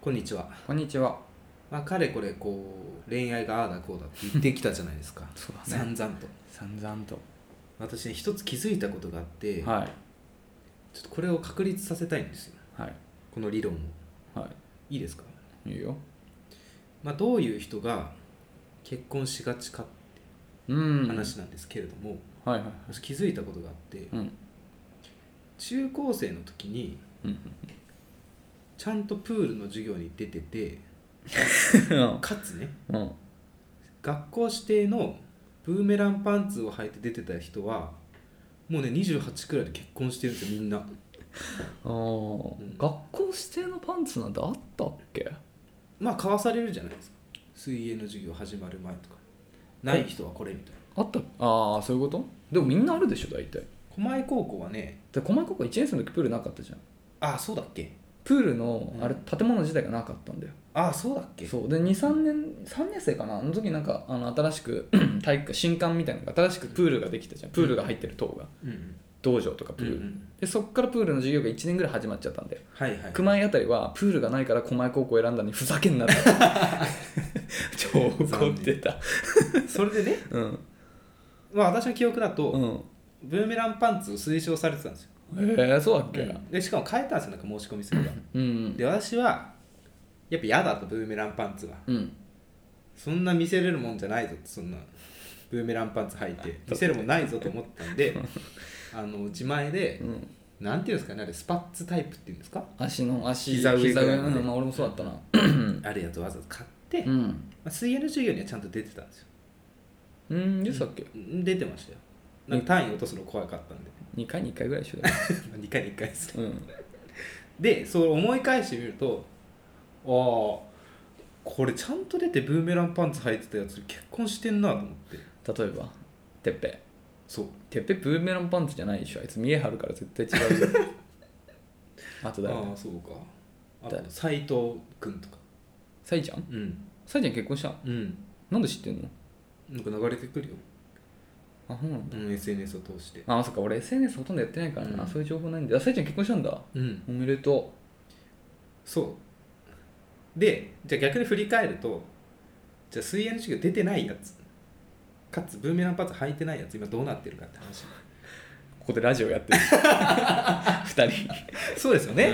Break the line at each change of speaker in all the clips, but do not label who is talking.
こんにちは、
こんにちは。
まあ、かれこれこう恋愛がああだこうだって言ってきたじゃないですか
そう だね。
散々と
散々と。
私ね一つ気づいたことがあって、
は
ちょっとこれを確立させたいんですよ
い。はい。
この理論を
はい
いですか、
い。いいよ。
まあ、どういう人が結婚しがちかって
うん。。
話なんですけれども、
はい はい。
私気づいたことがあって
うん。
中高生の時に
うん。
ちゃんとプールの授業に出てて
うん
かつね
うん。
学校指定のブーメランパンツを履いて出てた人はもうね28くらいで結婚してるんですよみんな
あー
うん
学校指定のパンツなんてあったっけ
まあ買わされるじゃないですか水泳の授業始まる前とかない人はこれみたいな
あったああそういうことでもみんなあるでしょ大体
狛江高校はね
で狛江高校1年生の時プールなかったじゃん
ああそうだっけ
プールの
うん
あれ建物自体がなかったんだよ、
ああそうだっけ
そうで23年3年生かなあの時なんかあの新しく 体育館新館みたいなのが新しくプールができたじゃんプールが入ってる塔が
うんうん
道場とかプ
うん
ー
う
ル、
ん
でそっからプールの授業が1年ぐらい始まっちゃったんだよ
はいはい
熊谷あたりはプールがないから狛江高校選んだのにふざけんなって 超怒ってた
それでね
うん
まあ私の記憶だと、
うん
ブーメランパンツを推奨されてたんですよ、
えー、そうだっけ、
でしかも変えたんですよなんか申し込みすれば
うん
で私はやっぱ嫌だとブーメランパンツは
うん
そんな見せれるもんじゃないぞってそんなブーメランパンツ履いて見せるもんないぞと思ったんであの自前で
うん
なんていうんですかねあれスパッツタイプっていうんですか
足の足
膝上ぐらいまで
うんまあ、俺もそうだったな
あるやつをわざわざ買って、
う
ま
ん
あ、水泳の授業にはちゃんと出てたんですよ
うんでしたっけ
うん出てましたよなんか単位落とすの怖か ったんで
2回に1回ぐらい一緒だよ、
2回に1回ですね
うん、
でそう思い返してみるとああこれちゃんと出てブーメランパンツ履いてたやつ結婚してんなと思って
例えばてっぺ
そう
てっぺブーメランパンツじゃないでしょあいつ見え張るから絶対違う よあとだよ
ああそうかあ
だ
と斎藤君とか
サイちゃん
うん
サイちゃん結婚したの
うん
なんで知ってんの
なんか流れてくるよ、
あそうなんだ
うん、SNS を通して
あそっか俺 SNS ほとんどやってないからな、
うん
そういう情報ないんであさいちゃん結婚したんだ
うん
おめでと
そうでじゃあ逆に振り返るとじゃあ水泳の授業出てないやつかつブーメランパンツ履いてないやつ今どうなってるかって 話
うここでラジオやって る二人
そうですよね、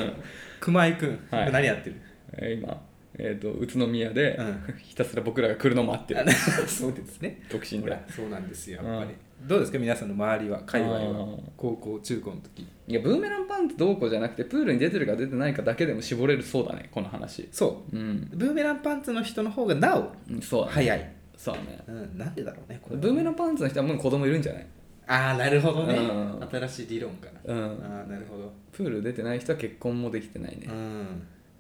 熊井君、
はい
今何やってる
えー今、えー、と宇都宮で、
うん
ひたすら僕らが来るのを待ってる
そうですね
独身
ほ
で
らそうなんですよやっぱり、
う
どうですか皆さんの周りは界隈
あ
は
ー
高校中高の時
いやブーメランパンツどうこうじゃなくてプールに出てるか出てないかだけでも絞れるそうだねこの話
そ
うん
うブーメランパンツの人の方がなお
うんそうだね、
早い、
そうだね
うん、なんでだろうねこれは
ブーメランパンツの人はもう子供いるんじゃない、
ああなるほどね、
うん
新しい理論かな、
う
あ
ん、
あなるほど、
プール出てない人は結婚もできてないね、
うん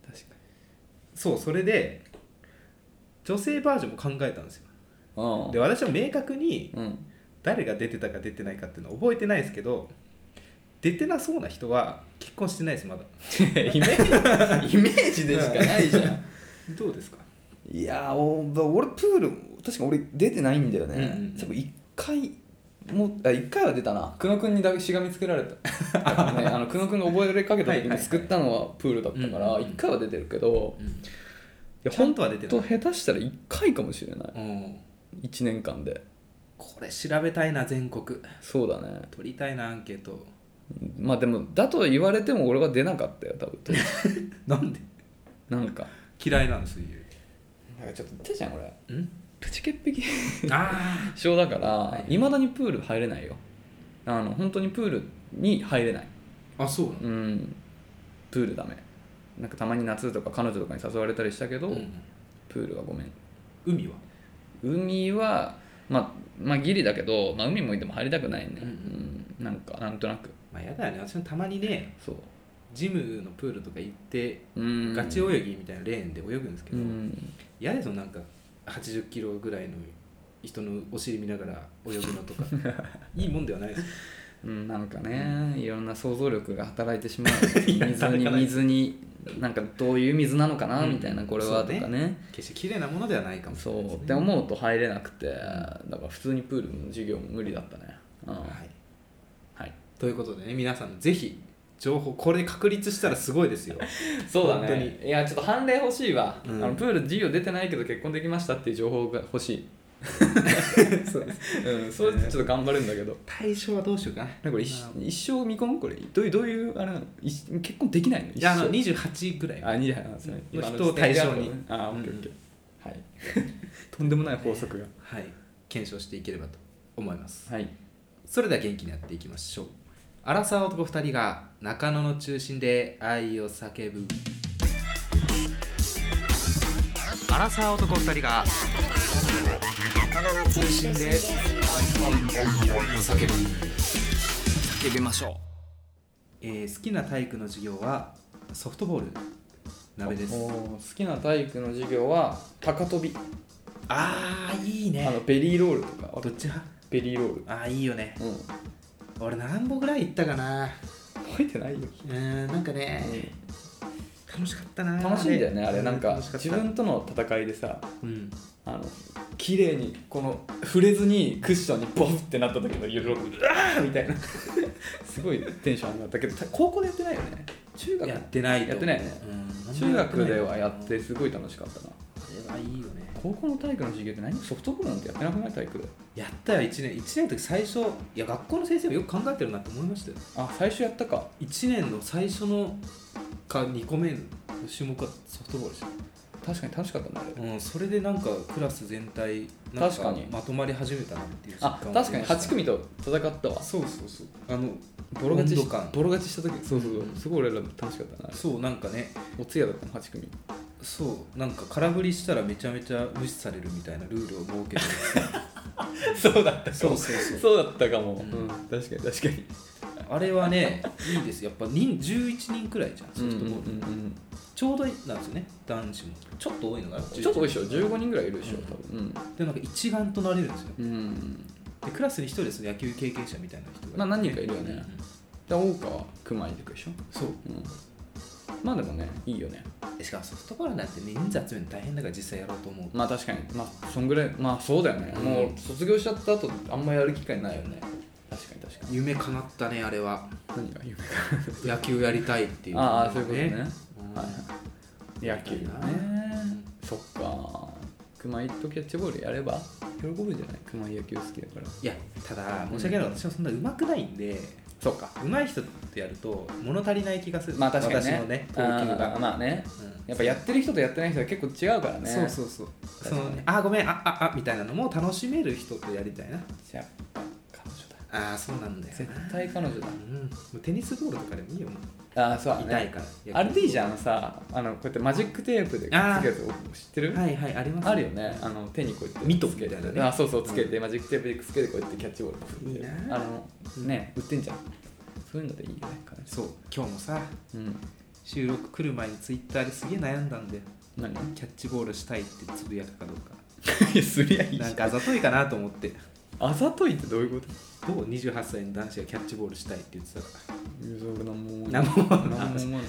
確かに
そうそれで女性バージョンも考えたんですよ
あ
で私は明確に
あうん
誰が出てたか出てないかっていうのは覚えてないですけど出てなそうな人は結婚してないですまだ
イメージ イメージでしかないじゃ ん
どうですか
いやーおだ俺プール確か俺出てないんだよね、
うんうんうん
多分1回もあ一回は出たな久野君にだしがみつけられ ただからねあの久野君が覚えられかけた
はいはい
時
は
に
い
救ったのはプールだったか
うんう
ら
んうん
1回は出てるけどいや
ちゃん
本
とは出て
当
ない、
下手したら1回かもしれない
うん、
1年間で
これ調べたいな全国
そうだね
取りたいなアンケート
まあでもだと言われても俺は出なかったよ多分
なんで
なんか
嫌いなの水泳
なんかちょっと言ったじゃん俺
ん
プチ潔癖
あ
症だから、
はい
いまだにプール入れないよあの本当にプールに入れない
ああそうなの
うんプールダメなんかたまに夏とか彼女とかに誘われたりしたけど、
うん
プールはごめん
海は
海はまあまあギリだけど、まあ、海もでも入りたくないね
うん
うんなんかなんとなく
まあやだよね私もたまにね
そう
ジムのプールとか行って
うん
ガチ泳ぎみたいなレーンで泳ぐんですけ
う
ど、
ん
嫌ですよなんか80キロぐらいの人のお尻見ながら泳ぐのと かいいもんではないですよ
うんなんかねいろんな想像力が働いてしまう
や
水
働
に
かない
水になんかどういう水なのかな
うん
みたいなこれ
そ
は
う
と
ね
かね
決して綺麗なものではないかもし
そ
れな
う
いです、ね、
って思うと入れなくてだから普通にプールの授業も無理だったねうん
はい、
はい
ということでね皆さんぜひ情報これ確立したらすごいですよ
そうだ
本当に
ねいやちょっと判例欲しいわ、
うん
あのプール授業出てないけど結婚できましたっていう情報が欲しい そう,、うん、それちょっと頑張るんだけど
対象はどうしようかな
なんかこれ一一生未婚これどういうどういうあれなの一結婚できないの
いやあの
一
28ぐらい
生あ二2ですね
の
今の
人を対象に
あ
う
オ
ん
ッケーオッケーはい とんでもない法則が
はい検証していければと思います
はい
それでは元気にやっていきましょう荒沢男2人が中野の中心で愛を叫ぶ荒沢男2人が中野の中心で愛を叫ぶ
叫びましょう
えー好きな体育の授業はソフトボール鍋です
好きな体育の授業は高跳び
あーいい
あのベリーロールとかあ
ど
と
っち派
ベリーロール
あーいいよね
うん
俺何歩ぐらい行ったかな
覚えてないよ、
うーんなんかね楽しかったな
楽しいんだよねあれなんか
楽しった
自分との戦いでさ
うん
あの綺麗にこの触れずにクッションにボフってなった時の喜びうわーみたい なすごいテンション上がったけどた高校でやってないよね中学
やってないと
やってないよね
うん
中学ではやってすごい楽しかったな
あれはいいよね
高校の体育の授業って何ソフトボールなんてやってなくない体育で
やったよ1年1年の時最初いや学校の先生もよく考えてるなって思いましたよ
あ最初やったか
1年の最初のか2個目の種目はソフトボールでし
確かに楽しかったんだあれ
た、うん、それでなんかクラス全体なん
確かに
まとまり始めたなっていう実
あ
感は
確かに
りま
8
した
組と戦ったわ
そうそうそうあの
ボロ勝ち
温
し
度感
ボロ勝ちした時そうそうそう
うん
すごい俺ら楽しかったな
そうなんかね
お通夜だったの8組
そうなんか空振りしたらめちゃめちゃ無視されるみたいなルールを設けて
そうだった
そうそうそう
そうだったかも、
うん
確かに確かに
あれはねいいですやっぱ人11人くらいじゃんソフトボール、
うんうんうん
ちょうどいいなんですよね男子もちょっと多いのかな
ちょっと多いでしょ
11
15人ぐらいいるでしょ多分
でなんか一丸となれるんですよ
うん、うん、
でクラスに一人ですね野球経験者みたいな人が
まあ何人かいるよ
うんう
ね
ん
で大川熊井くでしょ、
そう
うん、まあでもねいいよね
しかもソフトボールなんてね人数集めるの大変だから実際やろうと思う
まあ確かにまあそんぐらいまあそうだよね、
うん
もう卒業しちゃった後あんまやる機会ないよね確かに確かに
夢叶ったねあれは
何が夢か
野球やりたいっていう
ああそういうことね、
うん
はいはい、野球ね
うん
そっか熊井とキャッチボールやれば喜ぶじゃない熊井野球好きだから
いやただ申し訳ない私はそんな上手くないんで
そっか
上手い人とやると物足りない気がする
まあ確かにね
私のね投球
あー
が
まあね
うん
やっぱやってる人とやってない人は結構違うからね
そうそうそうそ
確か
の
に
ねあごめんあああみたいなのも楽しめる人とやりたいな
やっぱ彼女だ
ああそうなんだよな
絶対彼女だ
うんもうテニスボールとかでもいいよもう
ああそうだ
痛い
ね
から
あれでいいじ
ゃ
ゃんあのさあのこうやってマジックテープでくっつけるやつ知ってる
はいはいあります
あるよねあの手にこうやって
ミト
つけ
み
て
たいなね
あそうそうつけて、マジックテープでくっつけてこうやってキャッチボールする
いいな
あのね売ってんじゃんそういうのでいいよね彼
そう今日もさ
女うん
収録来る前にツイッターですげえ悩んだんで
何
キャッチボールしたいってつぶやくかどうか
いやすりゃいいじゃ
なん
ん
かあざといかなと思って
あざといってどういうこと
どう28歳の男子がキャッチボールしたいって言ってたから
いやそれ何も
なんも思わない
なんも思わない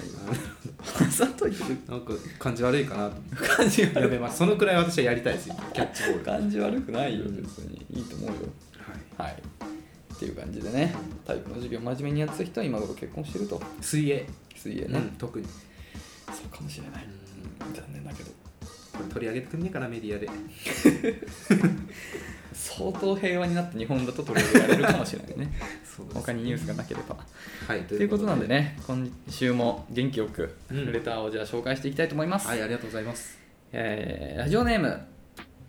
あざといって
なんか感じ悪いかなと思っ
感じ
て
悪
やめますそのくらい私はやりたいですよキャッチボー
く
ルはい
感じ悪くないよ別にいいと思うよはいっていう感じでね体育の授業真面目にやってた人は今頃結婚してると
水泳
水泳
う
ね、
ん特に
そうかもしれない残念だけど
これ取り上げてくんねえかなメディアで
相当平和になった日本だと取り上げられるかもしれない ね
そうです
他にニュースがなければ
はい
ということなんでね今週も元気よくレターをじゃあ紹介していきたいと思います、
はいありがとうございます
えーラジオネーム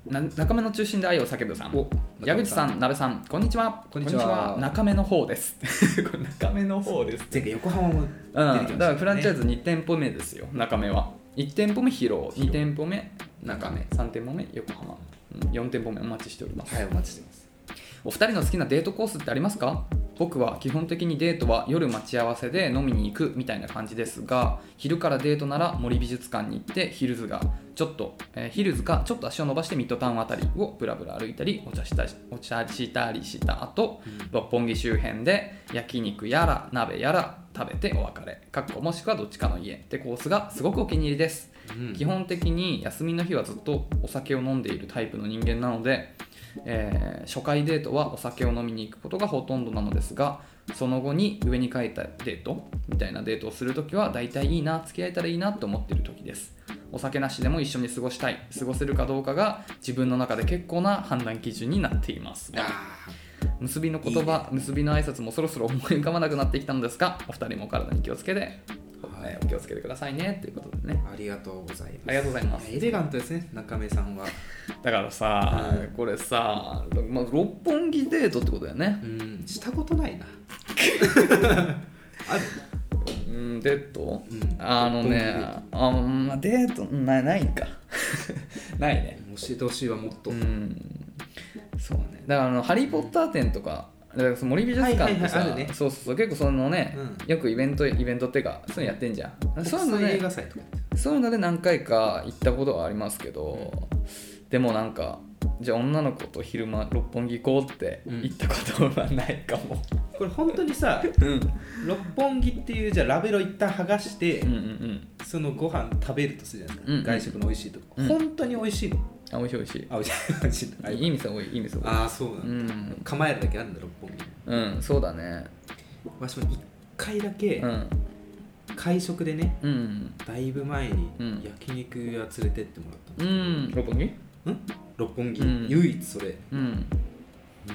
な中目の中心で愛を叫ぶさん
お
矢口さん、鍋さん、こんにちは。
こんにちは
中目の方 です。これ中目の方です。
前回横浜も出てき
う
ま
ん
した、ね
だからフランチャイズ2店舗目ですよ、中目は。1店舗目、広尾、2店舗目、中目、3店舗目、横浜、うん4店舗目、お待ちしております。
はいお待ちしてます
お二人の好きなデートコースってありますか僕は基本的にデートは夜待ち合わせで飲みに行くみたいな感じですが昼からデートなら森美術館に行ってヒルズがちょっと、えーヒルズかちょっと足を伸ばしてミッドタウンあたりをぶらぶら歩いたりお茶したお茶したりした後六本木周辺で焼肉やら鍋やら食べてお別れかっこもしくはどっちかの家ってコースがすごくお気に入りです
うん
基本的に休みの日はずっとお酒を飲んでいるタイプの人間なのでえー初回デートはお酒を飲みに行くことがほとんどなのですがその後に上に書いたデートみたいなデートをするときは大体いいな付き合えたらいいなと思っている時ですお酒なしでも一緒に過ごしたい過ごせるかどうかが自分の中で結構な判断基準になっています
あ
結びの言葉結びの挨拶もそろそろ思い浮かばなくなってきたのですがお二人もお体に気をつけて、
はい
えーお気をつけてくださいねということでね
ありがとうございます
ありがとうございます
エレガントですね中目さんは
だからさ、
うん
これさ、まあ、六本木デートってことだよね
うんしたことないなある
うんデート、
うん
あのねあ、まあ、デートなないか ないね
教えてほしいわもっと、
うんそうねだからあの「ハリー・ポッター」展とかだからその森美術館ってさ、
はいはいはいあるね
そうそうそう結構そのね、
う
よくイベントイベントっていうかそういうのやってんじゃん
国
そういうの
際映
ね
画祭とかやって
そういうので何回か行ったことはありますけど、でもなんかじゃあ女の子と昼間六本木行こうって
うん
行ったことはないかも、
これ本当にさ
うん、うん
六本木っていうじゃあラベルを一旦剥がして、
うんうん
そのご飯食べるとするじゃないですか、
うんうん
外食の美味しいとこ、
うん
本当に美味しいの
あ美味しい美味しい
あ美味しい美味しいあ
いい店多いいい店多い
あーそうなん
う
だ、
ん、
構えるだけあるんだ六本木
うん、そうだね
わしも一回だけ
うん
会食でね
うん
だいぶ前に
うん
焼肉屋連れてってもらった
う
の
ん六本木
ん六本木、
うん
唯一それ
うん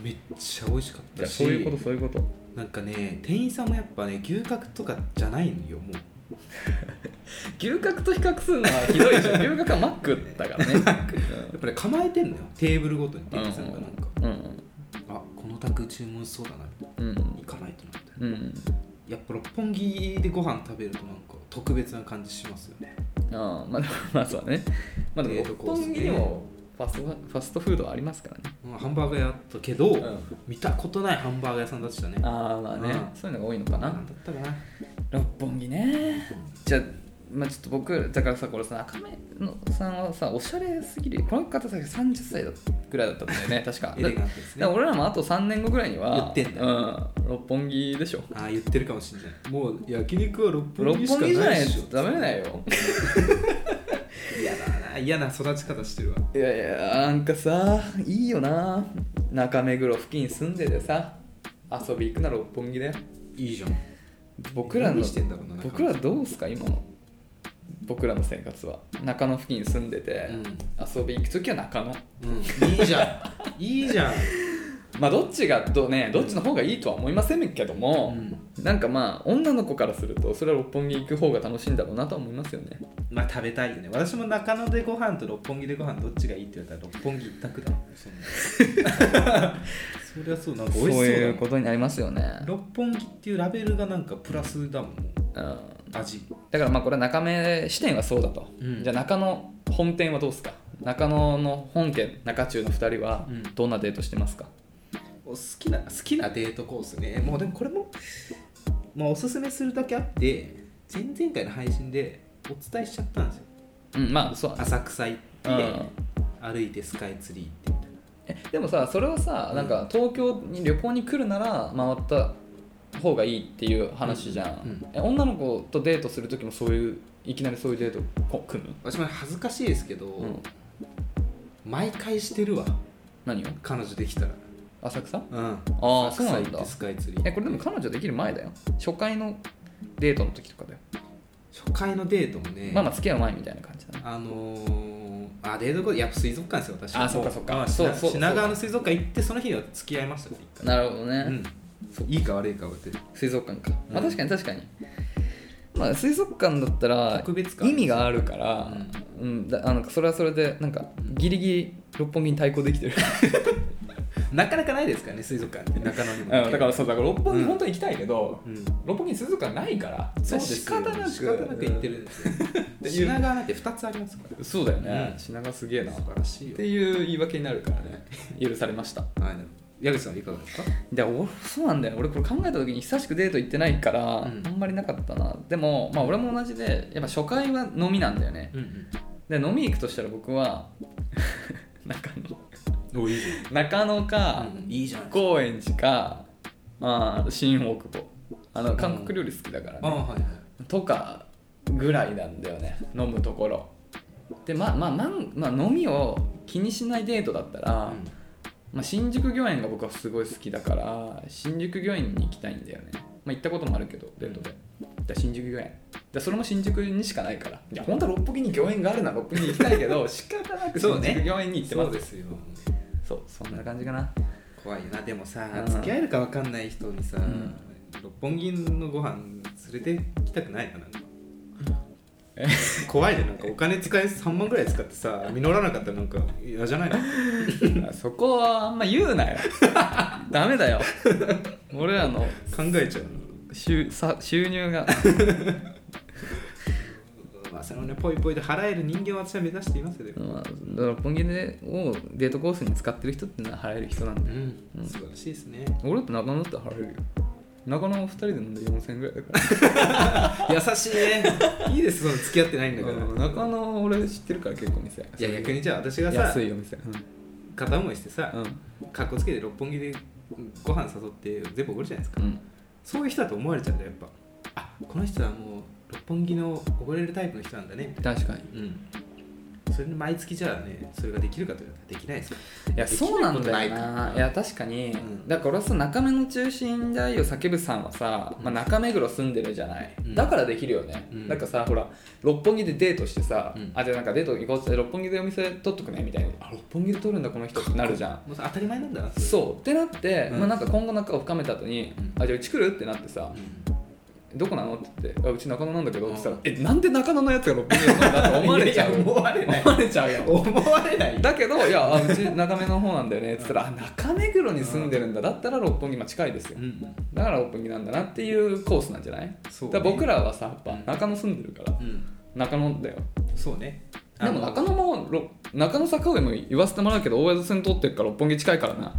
めっちゃ美味しかっ
じ
た
ゃあ
し
そういうことそういうこと
なんかね店員さんもやっぱね牛角とかじゃないのよもう
牛角と比較するのはひどいでしょ 牛角はマックだからね
やっぱり構えてんのよテーブルごとに店員さんがなんか、
うん
あこの宅注文しそうだなみたい
うんうん
な行かないとなみたいな
うん
やっぱ六本木でご飯食べるとなんか特別な感じしますよね
ああまあ まあそうだねまあでも
デート
六
コースね
本木にもファストファストフードはありますからね
うんハンバーガー屋あったけど、
ん
見たことないハンバーガー屋さんだったね
ああまあね
うん
そういうのが多いのか
な
なん
だったかな
六本木ねじゃあまあちょっと僕だからさこれさ赤目のさんはさおしゃれすぎるこの方さ30歳だぐらいだったんだ よね確か
エレガントです
だ
ね
から俺らもあと3年後ぐらいには
言ってんだ
うん、六本木でしょ
ああ言ってるかもしれないもう焼肉は六
六
本木し
本
か
木じゃ
な
ない
いでしょ
とダメだよ
嫌だな嫌な育ち方してるわ
いやいやなんかさいいよな中目黒付近住んでてさ遊び行くなら六本木だよ
いいじゃん
僕らの
何してんだろうな
僕らどうすか今の僕らの生活は中野付近住んでて、遊び行く時は中野
うん、うん、いいじゃ んいいじゃん、
まあどっちがど,、ね、どっちの方がいいとは思いませんけども、なんかまあ女の子からするとそれは六本木行く方が楽しいんだろうなとは思いますよね
まあ食べたいよね私も中野でご飯と六本木でご飯どっちがいいって言われたら六本木一択だもんそんなそりゃそうなんか美
そう
味しそうだ
い
も
うんことになりますよね、
六本木っていうラベルがなんかプラスだもん
うん、
味
だからまあこれは中目支店はそうだと、
うん
じゃあ中野本店はどうですか中野の本家中中の2人は
うん
どんなデートしてますか、
お好きな好きなデートコースねもうでもこれも、まあ、おすすめするだけあって前々回の配信でお伝えしちゃったんですよ
うんまあそうだね
浅草行って、
うん
歩いてスカイツリー行ってみたいな
えでもさそれはさなんか東京に旅行に来るなら回った方がいいっていう話じゃん、
うんうん
え女の子とデートする時もそういういきなりそういうデートこ組む、
私も恥ずかしいですけど、
うん、
毎回してるわ
何を
彼女できたら
浅草
うん
ああそう
浅草
なん
行っ
だ
てスカイツリー
えこれでも彼女できる前だよ初回のデートの時とかだよ、
初回のデートもね、
まあまあ付き合う前みたいな感じだね
あのー、あデートコースやっぱ水族館ですよ私は
あそっかそっか
まあ
そう
品
そう
品川の水族館行ってその日には付き合いましたって一回
なるほどね、
うんいいか悪いかは別に
水族館か、まあ、
うん
確かに確かに、まあ、水族館だったら
特別感
意味があるから、うんだあのそれはそれでなんかギリギリ六本木に対抗で きてる、
なかなかないですからね水族館って中野にも、
だからそうだから六
木
本木
本
本当に行きたいけど、
うん
六本木に水族館ないから
そうです
仕方なく
仕方なく行ってるんですよ
うん
品川なんて2つありますから
そうだよね、
うん
品川すげえなっ
素晴らしいよ
ていう言い訳になるからね許されました
はい矢口さんはいかがですか
で俺そうなんだよ俺これ考えた時に久しくデート行ってないから、
うん
あんまりなかったなでもまあ俺も同じでやっぱ初回は飲みなんだよね
うん
で飲み行くとしたら僕は 中
う
野
んおいいじ
中野
ゃ
か
ん、いいじゃん
高円寺か、まあ、新大久保あの韓国料理好きだから
あ
ね、
はいはい
とかぐらいなんだよね飲むところでまあまあ、まんまあ、飲みを気にしないデートだったら、
うん
まあ、新宿御苑が僕はすごい好きだから新宿御苑に行きたいんだよね、まあ、行ったこともあるけどデートでじゃ新宿御苑じゃそれも新宿にしかないからいや本当は六本木に御苑があるなら六本木に行きたいけど 仕方なく新
そうね
宿御苑に行ってます
すよ
そうそんな感じかな
怖いよなでもさ
うん
付き合えるか分かんない人にさ、
うん
六本木のご飯連れてきたくないかなんか
え
怖いねなんかお金使い3万ぐらい使ってさ実らなかったらなんか嫌じゃないの
そこはあんま言うなよ ダメだよ俺らの
考えちゃう
収さ収入が
まあそれをねぽいぽいで払える人間を私は目指していますよ
まあ六本木でをデートコースに使ってる人ってのは払える人なんだよ
うん、
うん
素晴らしいですね
俺だって中野だって払えるよ中野は2人で飲んで4000円ぐらいだか
優しいね いいですその付き合ってないんだからら
うん中野は俺知ってるから結構店
いや逆にじゃあ私がさ
安いお店うん
片思いしてさ
うん
かっこつけて六本木でご飯誘って全部おごるじゃないですか
うん
そういう人だと思われちゃうんだよやっぱあこの人はもう六本木のおごれるタイプの人なんだね
確かに
うんそれで毎月じゃあねそれができるかというとできないですよ
いや
できる
そうなんだよ
こと
な
ない
や確かに、
うん
だから俺はさ中目の中心で愛を叫ぶさんはさ、まあ、中目黒住んでるじゃない、
うん
だからできるよね、
うん
なんかさほら六本木でデートしてさ、
うん
あじゃあなんかデート行こうって六本木でお店取っとくねみたいなあ六本木で取るんだこの人ってなるじゃん
もうさ当たり前なんだなれ
そうってなって、
うん
まあ、なんか今後仲を深めた後に、
うん
あじゃあうち来るってなってさ
う、ん
どこなのって言ってあうち中野なんだけどって言ったら、
うん
えなんで中野のやつが六本木なのかなって思われちゃう
いやいや 思われない
思われちゃうよ
思われないよ
だけど、いや、あうち中目の方なんだよねって言ったら、あ中目黒に住んでるんだ、だったら六本木、まあ近いですよ
う。ん
だから六本木なんだなっていうコースなんじゃない
そうね
だから僕らはさ、やっぱ
うん
中野住んでるから、
うん
中野だよ。
そうね
でも中野も、ろ中野坂上も言わせてもらうけど、大江戸線通ってるから六本木近いからな。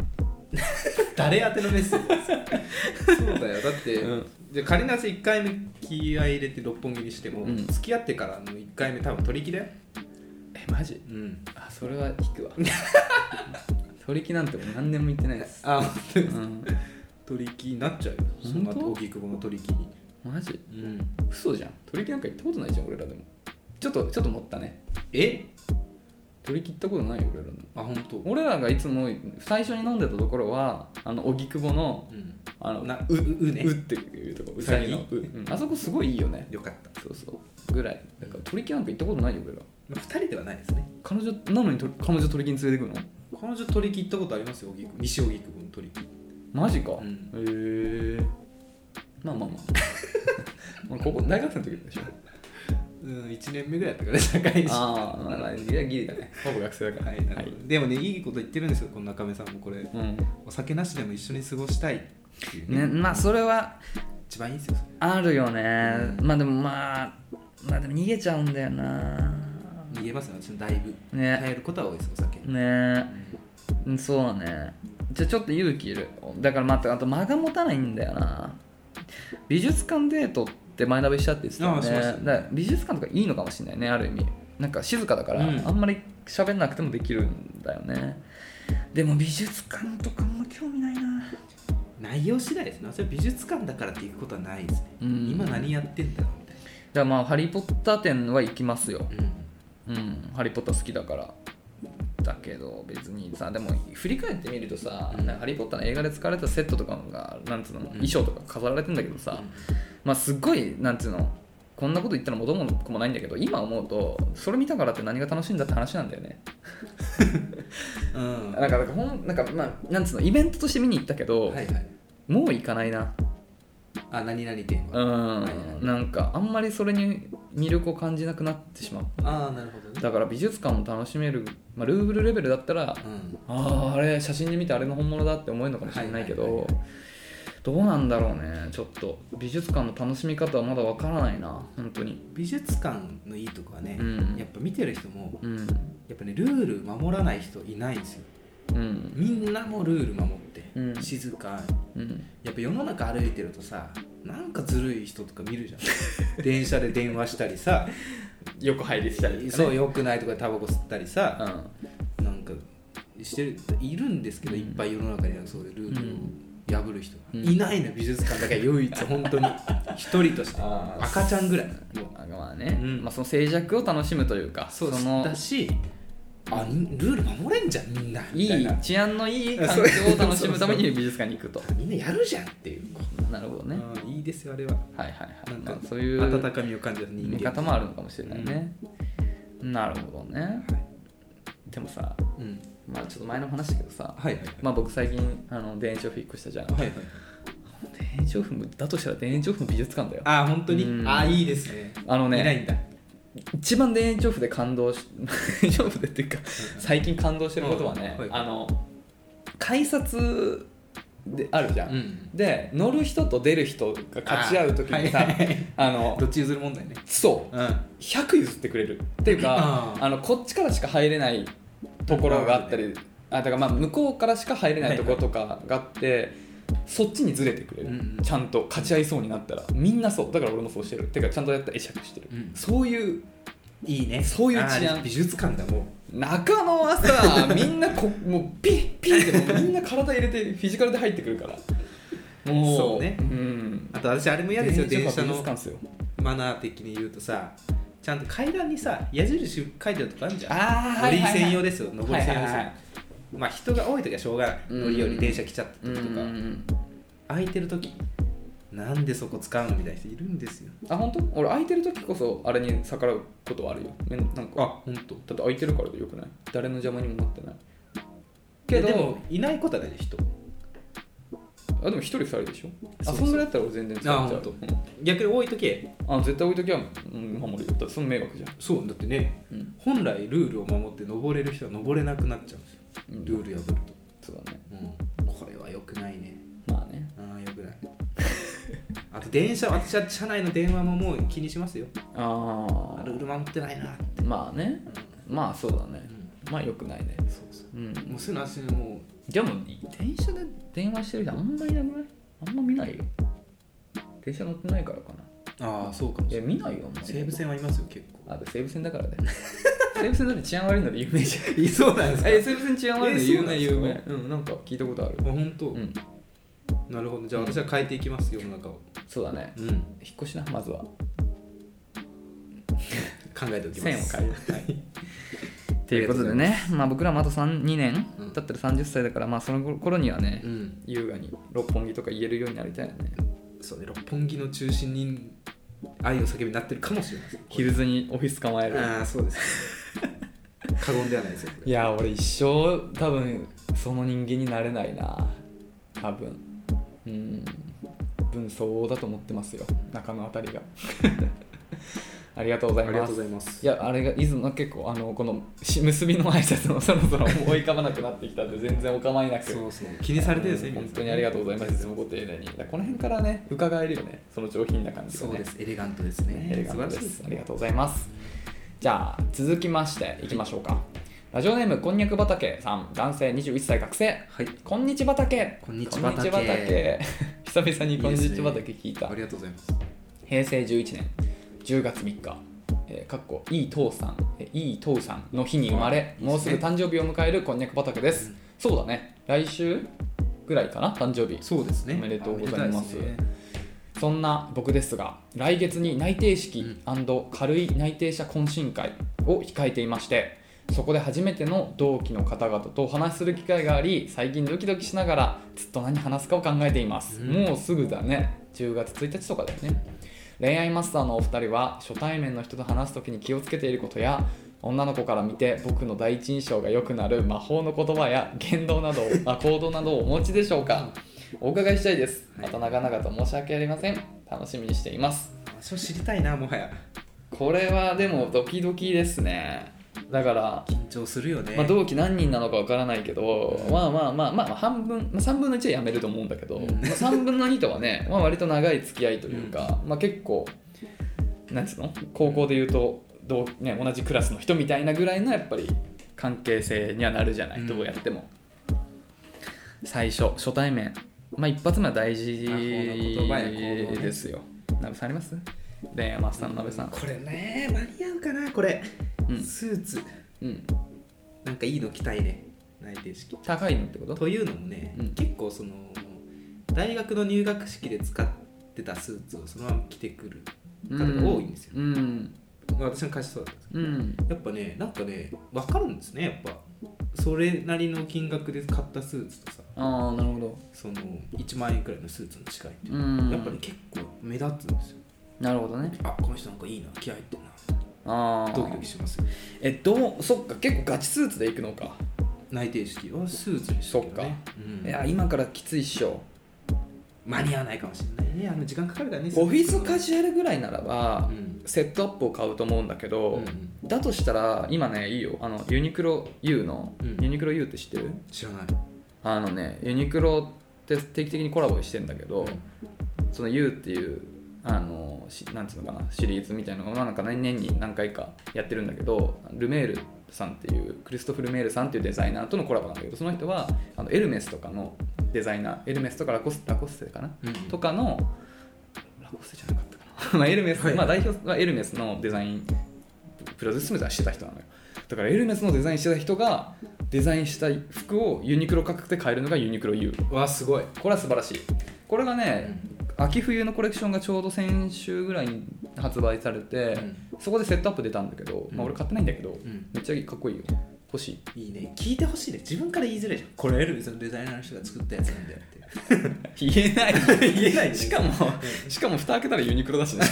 誰宛てのメッセージですかそうだよだって、
うん
じゃあ仮なし1回目気合い入れて六本木にしても、
うん
付き合ってからの1回目多分取り木だよ、
え、マジ
うん、
あ、それは引く わ。取り木なんてもう何年も行ってないです。
あ
うん、
取り木になっちゃうよそんな
本当
荻窪の取り木に、
マジ
うん、
嘘じゃん。取り木なんか行ったことないじゃん、俺らでも。ちょっと、ちょっと持ったね。
え
取り木行ったことないよ、俺らの。
あ本当。
俺らがいつも最初に飲んでたところはあの荻窪の
うん
あの
なうううね
うっていうとこ
う
う
さ
さ
ぎ
ぎのう、うんあそこすごいいいよね
よかった
そうそうぐらいだから鳥木なんか行ったことないよ俺ら
まあ、2人ではないですね
彼女なのにと彼女鳥木に連れてくの
彼女取り木行ったことありますよ荻窪西荻窪の取り木
マジか、
うん
へえまあ まあまあ俺ここ大学生の時でしょ
うん1年目ぐらいだったからね社会人
あーまあまあギリギリだねほぼ学生だか
は
ら
いなるほどでもねいいこと言ってるんですよこの中目さんもこれ
うん
お酒なしでも一緒に過ごしたいっていうね
ね、まあそれは
一番いいですよそれ
あるよねまあでもまあまあでも逃げちゃうんだよな
逃げますよ私もだいぶ
ね
耐えることは多いですお酒
ねえそうだねじゃあちょっと勇気いるだから待ってあと間が持たないんだよな美術館デートって前鍋したって言ってたよ
ああし
ね
ました
だから美術館とかいいのかもしれないねある意味なんか静かだから、
うん
あんまり喋んなくてもできるんだよねでも美術館とかあんま興味ないな
内容次第ですね私は美術館だからって行くことはないですね
うん
今何やってんだろうみたい
じゃあまあ「ハリー・ポッター」展は行きますよ
な
うん「ハリー・ポッター」好きだからだけど別にさでも振り返ってみるとさ「
うん
なんかハリー・ポッター」の映画で使われたセットとかがなんつうの、衣装とか飾られてんだけどさ、まあすっごいなんつうのこんなこと言ったら元も子もないんだけど今思うとそれ見たからって何が楽しいんだって話なんだよね
うん、うん
なんかなんかほんなんかまあなんつうのイベントとして見に行ったけど、
はいはい
もう行かないな
あ何々店
う
は、は
ん、
いはい
なんかあんまりそれに魅力を感じなくなってしまう
ああなるほどね
だから美術館も楽しめる、まあ、ルーブルレベルだったら
うん
あーあれ写真で見てあれの本物だって思えるのかもしれないけど、
はいはいは
どうなんだろうねちょっと美術館の楽しみ方はまだわからないな本当に
美術館のいいとこはね、
うん
やっぱ見てる人も
うん
やっぱねルール守らない人いないんですよ
うん
みんなもルール守って、
うん
静か
うん
やっぱ世の中歩いてるとさなんかずるい人とか見るじゃ ん電車で電話したりさ
よく入りしたり
そう
よ、
よくないとかタバコ吸ったり
う
さ
ん、
なんかしてるいるんですけど、
うん
いっぱい世の中にはそういうルールを破る人が、
うん
いないの美術館だけは唯一本 当に一人として
あー
赤ちゃんぐらいもう
あまあね、
うん
まあ、その静寂を楽しむというか
そう
の
だしあにルール守れんじゃんみんなみ
い
たい
い
な
治安のいい環境を楽しむために美術館に行くと
みんなやるじゃんっていう、
なるほどね、
うんいいですよあれは
はいはいはい
なんか、
まあそういう
温かみを感じる人間
見方もあるのかもしれないね、なるほどね
はい
でもさ
うん
まあちょっと前の話だけどさ、
はいはいはい
まあ僕最近あの田園調布引っ越したじゃん
はいはい
田園調布もだとしたら田園調布の美術館だよ
ああ本当に、
うん
ああいいですね
あの
いない
ね
んだ
一番田園調布で感動し 田園調布でっていうか最近感動してることはね、
うんはい
あの改札であるじゃん、
うん
で乗る人と出る人が勝ち合う時にさ
あーはい
あ の
どっち譲る問題ね
そう
うんは
100譲ってくれるっていうか
あー
あのこっちからしか入れないところがあったりあだからまあ向こうからしか入れないところとかがあって、そっちにずれてくれ
う
る、
んうん
ちゃんと勝ち合いそうになったらみんなそうだから俺もそうしてるてかちゃんとやったら会釈してる、
うん
そういう
いいね
そういう治安
あー美術館だも
中野は さみんなこもうピッピッってもうみんな体入れてフィジカルで入ってくるからもう
そうね
うん
うあと私あれも嫌ですよ電車
美
の
術館っすよ
マナー的に言うとさちゃんと階段にさ矢印書いてあるとこあるじゃん
あー
乗
はい
り
はいはい
専用ですよ上り専用で
はい
す
はい
よ
はい
まあ人が多い時はしょうがない
うん
乗りより電車来ちゃった
うん
時と
う
か
んうん
空いてる時なんでそこ使うのみたいな人いるんですよ
あ本当俺空いてる時こそあれに逆らうことはあるよめんなんか
あ本当。
だって空いてるからでよくない誰の邪魔にもなってない
け
け
ど
ど
でもいないことはないで人
あでも一人二人でし
そ
ょ
うそう
あそんぐらいだったら俺全然使っちゃ
あ
う
ほ逆に多い時
うんあ絶対置いときは、うん、守るよだってその迷惑じゃん
そうだってね
うん、
本来ルールを守って登れる人は登れなくなっちゃうんですよ
うん
ルール破ると、
そうだね
うん、これは良くないね
まあね
ああ良くない あと電車私は車内の電話ももう気にしますよ
あ
あ
あ
ルール守ってないな
まあねまあそうだね
うん
まあよくないね
そうそ
うん
うもうそういうの私も
でも電車で電話してる人あんまりいなくないあんま見ないよ電車乗ってないからかな
うああそうかも
いや見ないよあんまり
西武線はいますよ結
あと西武線だからね 西武線だって治安悪いので有名じゃん
構いそうなん ですか
え西武線治安悪いので有名
えそ
有
うなん
名
です
うんなんか聞いたことある
あ本当、
うん
なるほどじゃあ私は変えていきます世の中を
そうだね
うん
引っ越しなまずは
考えておきま
線を
す
変える ということでねまあ僕らもあと3 2年
うん
だったら30歳だからまあその頃にはね
うん
優雅に六本木とか言えるようになりたいよね
そうね六本木の中心に愛を叫びになってるかもしれないです
ヒルズにオフィス構える
ああそうで すね過言ではないですよこ
いや俺一生多分その人間になれないな多分うん分相応だと思ってますよ中野あたりが ありがとうござ
れ
い
ありが
ま
とう
す
ございます
いやあれがいつも結構あのこのし結びの挨拶もそろそろ思い浮かばなくなってきたんで全然お構いなく
そうそう気にされてるんですね
本当にありがとうございますいつもご丁寧にだからこの辺からね伺えるよねその上品な感じが
そう
ね
ですエレガントですね
エレガントで
素晴らしい
す。ありがとうございます。じゃあ続きましていきましょうか。ラジオネームこんにゃく畑さん、男性21歳学生。
はい
こんにち畑。
こんにちは
こんにち畑 久々にこんにちは畑聞いた。
ありがとうございます
平成11年10月3日、えー、かっこいい父さん、えーいい父さんの日に生まれ、
うん
もうすぐ誕生日を迎えるこんにゃく畑です。
うん
そうだね。来週ぐらいかな誕生日。
そうですね
おめでとうございます
おめでたですね
そんな僕ですが来月に内定式軽い内定者懇親会を控えていましてそこで初めての同期の方々とお話しする機会があり最近ドキドキしながらずっと何話すかを考えています、
うん
もうすぐだね10月1日とかだよね恋愛マスターのお二人は初対面の人と話す時に気をつけていることや女の子から見て僕の第一印象が良くなる魔法の言葉や言動などをあ行動などをお持ちでしょうかお伺いしたいです
はい
また長々と申し訳ありません楽しみにしています
私は知りたいなもはや
これはでもドキドキですねだから、
緊張するよね
まあ、同期何人なのかわからないけどまあまあまあまあまあ半分、まあ、3分の1はやめると思うんだけど、
うん
まあ、3分の2とはね、 まあ、割と長い付き合いというか、まあ、結構なんつうの高校でいうと同,、ね、同じクラスの人みたいなぐらいのやっぱり関係性にはなるじゃない、
うん
どうやっても最初初対面まあ一発目は大事
魔法の言葉や行動ね
ですよ鍋さんあります恋愛マスターの鍋さん
これね間に合うかなこれ、
うん
スーツ
うん
なんかいいの着たいね内定式
高いのってこと
というのもね、
うん
結構その大学の入学式で使ってたスーツをそのまま着てくる方が多いんですよ、
うん
まあ私の会社そうだったんですけ
うん
どやっぱねなんかね分かるんですねやっぱそれなりの金額で買ったスーツとさ
ああなるほど
その1万円くらいのスーツの違いって、
うん
やっぱり結構目立つんですよ
なるほどね
あこの人なんかいいな気合入ってん
ああ
なドキドキしますよ
えどうそっか結構ガチスーツで行くのか、
内定式はスーツにしたけどねうん
いや今からきついっしょ
間に合わないかもしれないねあの時間かかるからね
オフィスカジュアルぐらいならば、
うん
セットアップを買うと思うんだけど、
うん
だとしたら今ねいいよあのユニクロ U の、
うん
ユニクロ U って知ってる
知らない
あのねユニクロって定期的にコラボしてんだけど、その U っていうあのしなんていうのかなシリーズみたいなのがまあなんか何年に何回かやってるんだけどルメールさんっていうクリストフ・ルメールさんっていうデザイナーとのコラボなんだけどその人はあのエルメスとかのデザイナーエルメスとかラコスラコステかな、
うん
とかのラコステじゃなかったかなまあエルメス、
はい
まあ、代表はエルメスのデザインプロデュースみたいなのしてた人なのよだからエルメスのデザインしてた人がデザインした服をユニクロ価格で買えるのがユニクロ U
わあすごい
これは素晴らしいこれがね、
うん
秋冬のコレクションがちょうど先週ぐらいに発売されて、そこでセットアップ出たんだけど、まあ、俺買ってないんだけど、
ん
めっちゃいいかっこいいよ欲しい
いいね聞いてほしいね自分から言いづらいじゃんこれエルビスのデザイナーの人が作ったやつなんだよって
言えない
言えないね
しかもしかも蓋開けたらユニクロだしね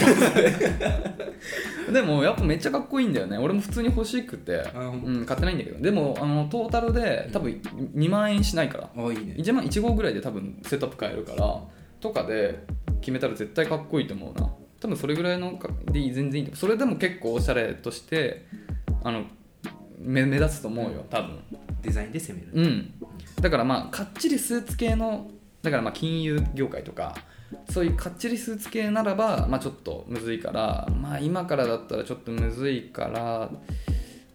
でもやっぱめっちゃかっこいいんだよね俺も普通に欲しくて、
あほんと
うん、買ってないんだけどでもあのトータルで多分2万円しないから
あいいね
1万1号ぐらいで多分セットアップ買えるからとかで決めたら絶対かっこいいと思うな多分それぐらいのかでいい全然いいと思うそれでも結構おしゃれとしてあの目目立つと思うよ多分
デザインで攻める、
うんだからまあかっちりスーツ系のだからまあ金融業界とかそういうかっちりスーツ系ならばまあちょっとむずいからまあ今からだったらちょっとむずいから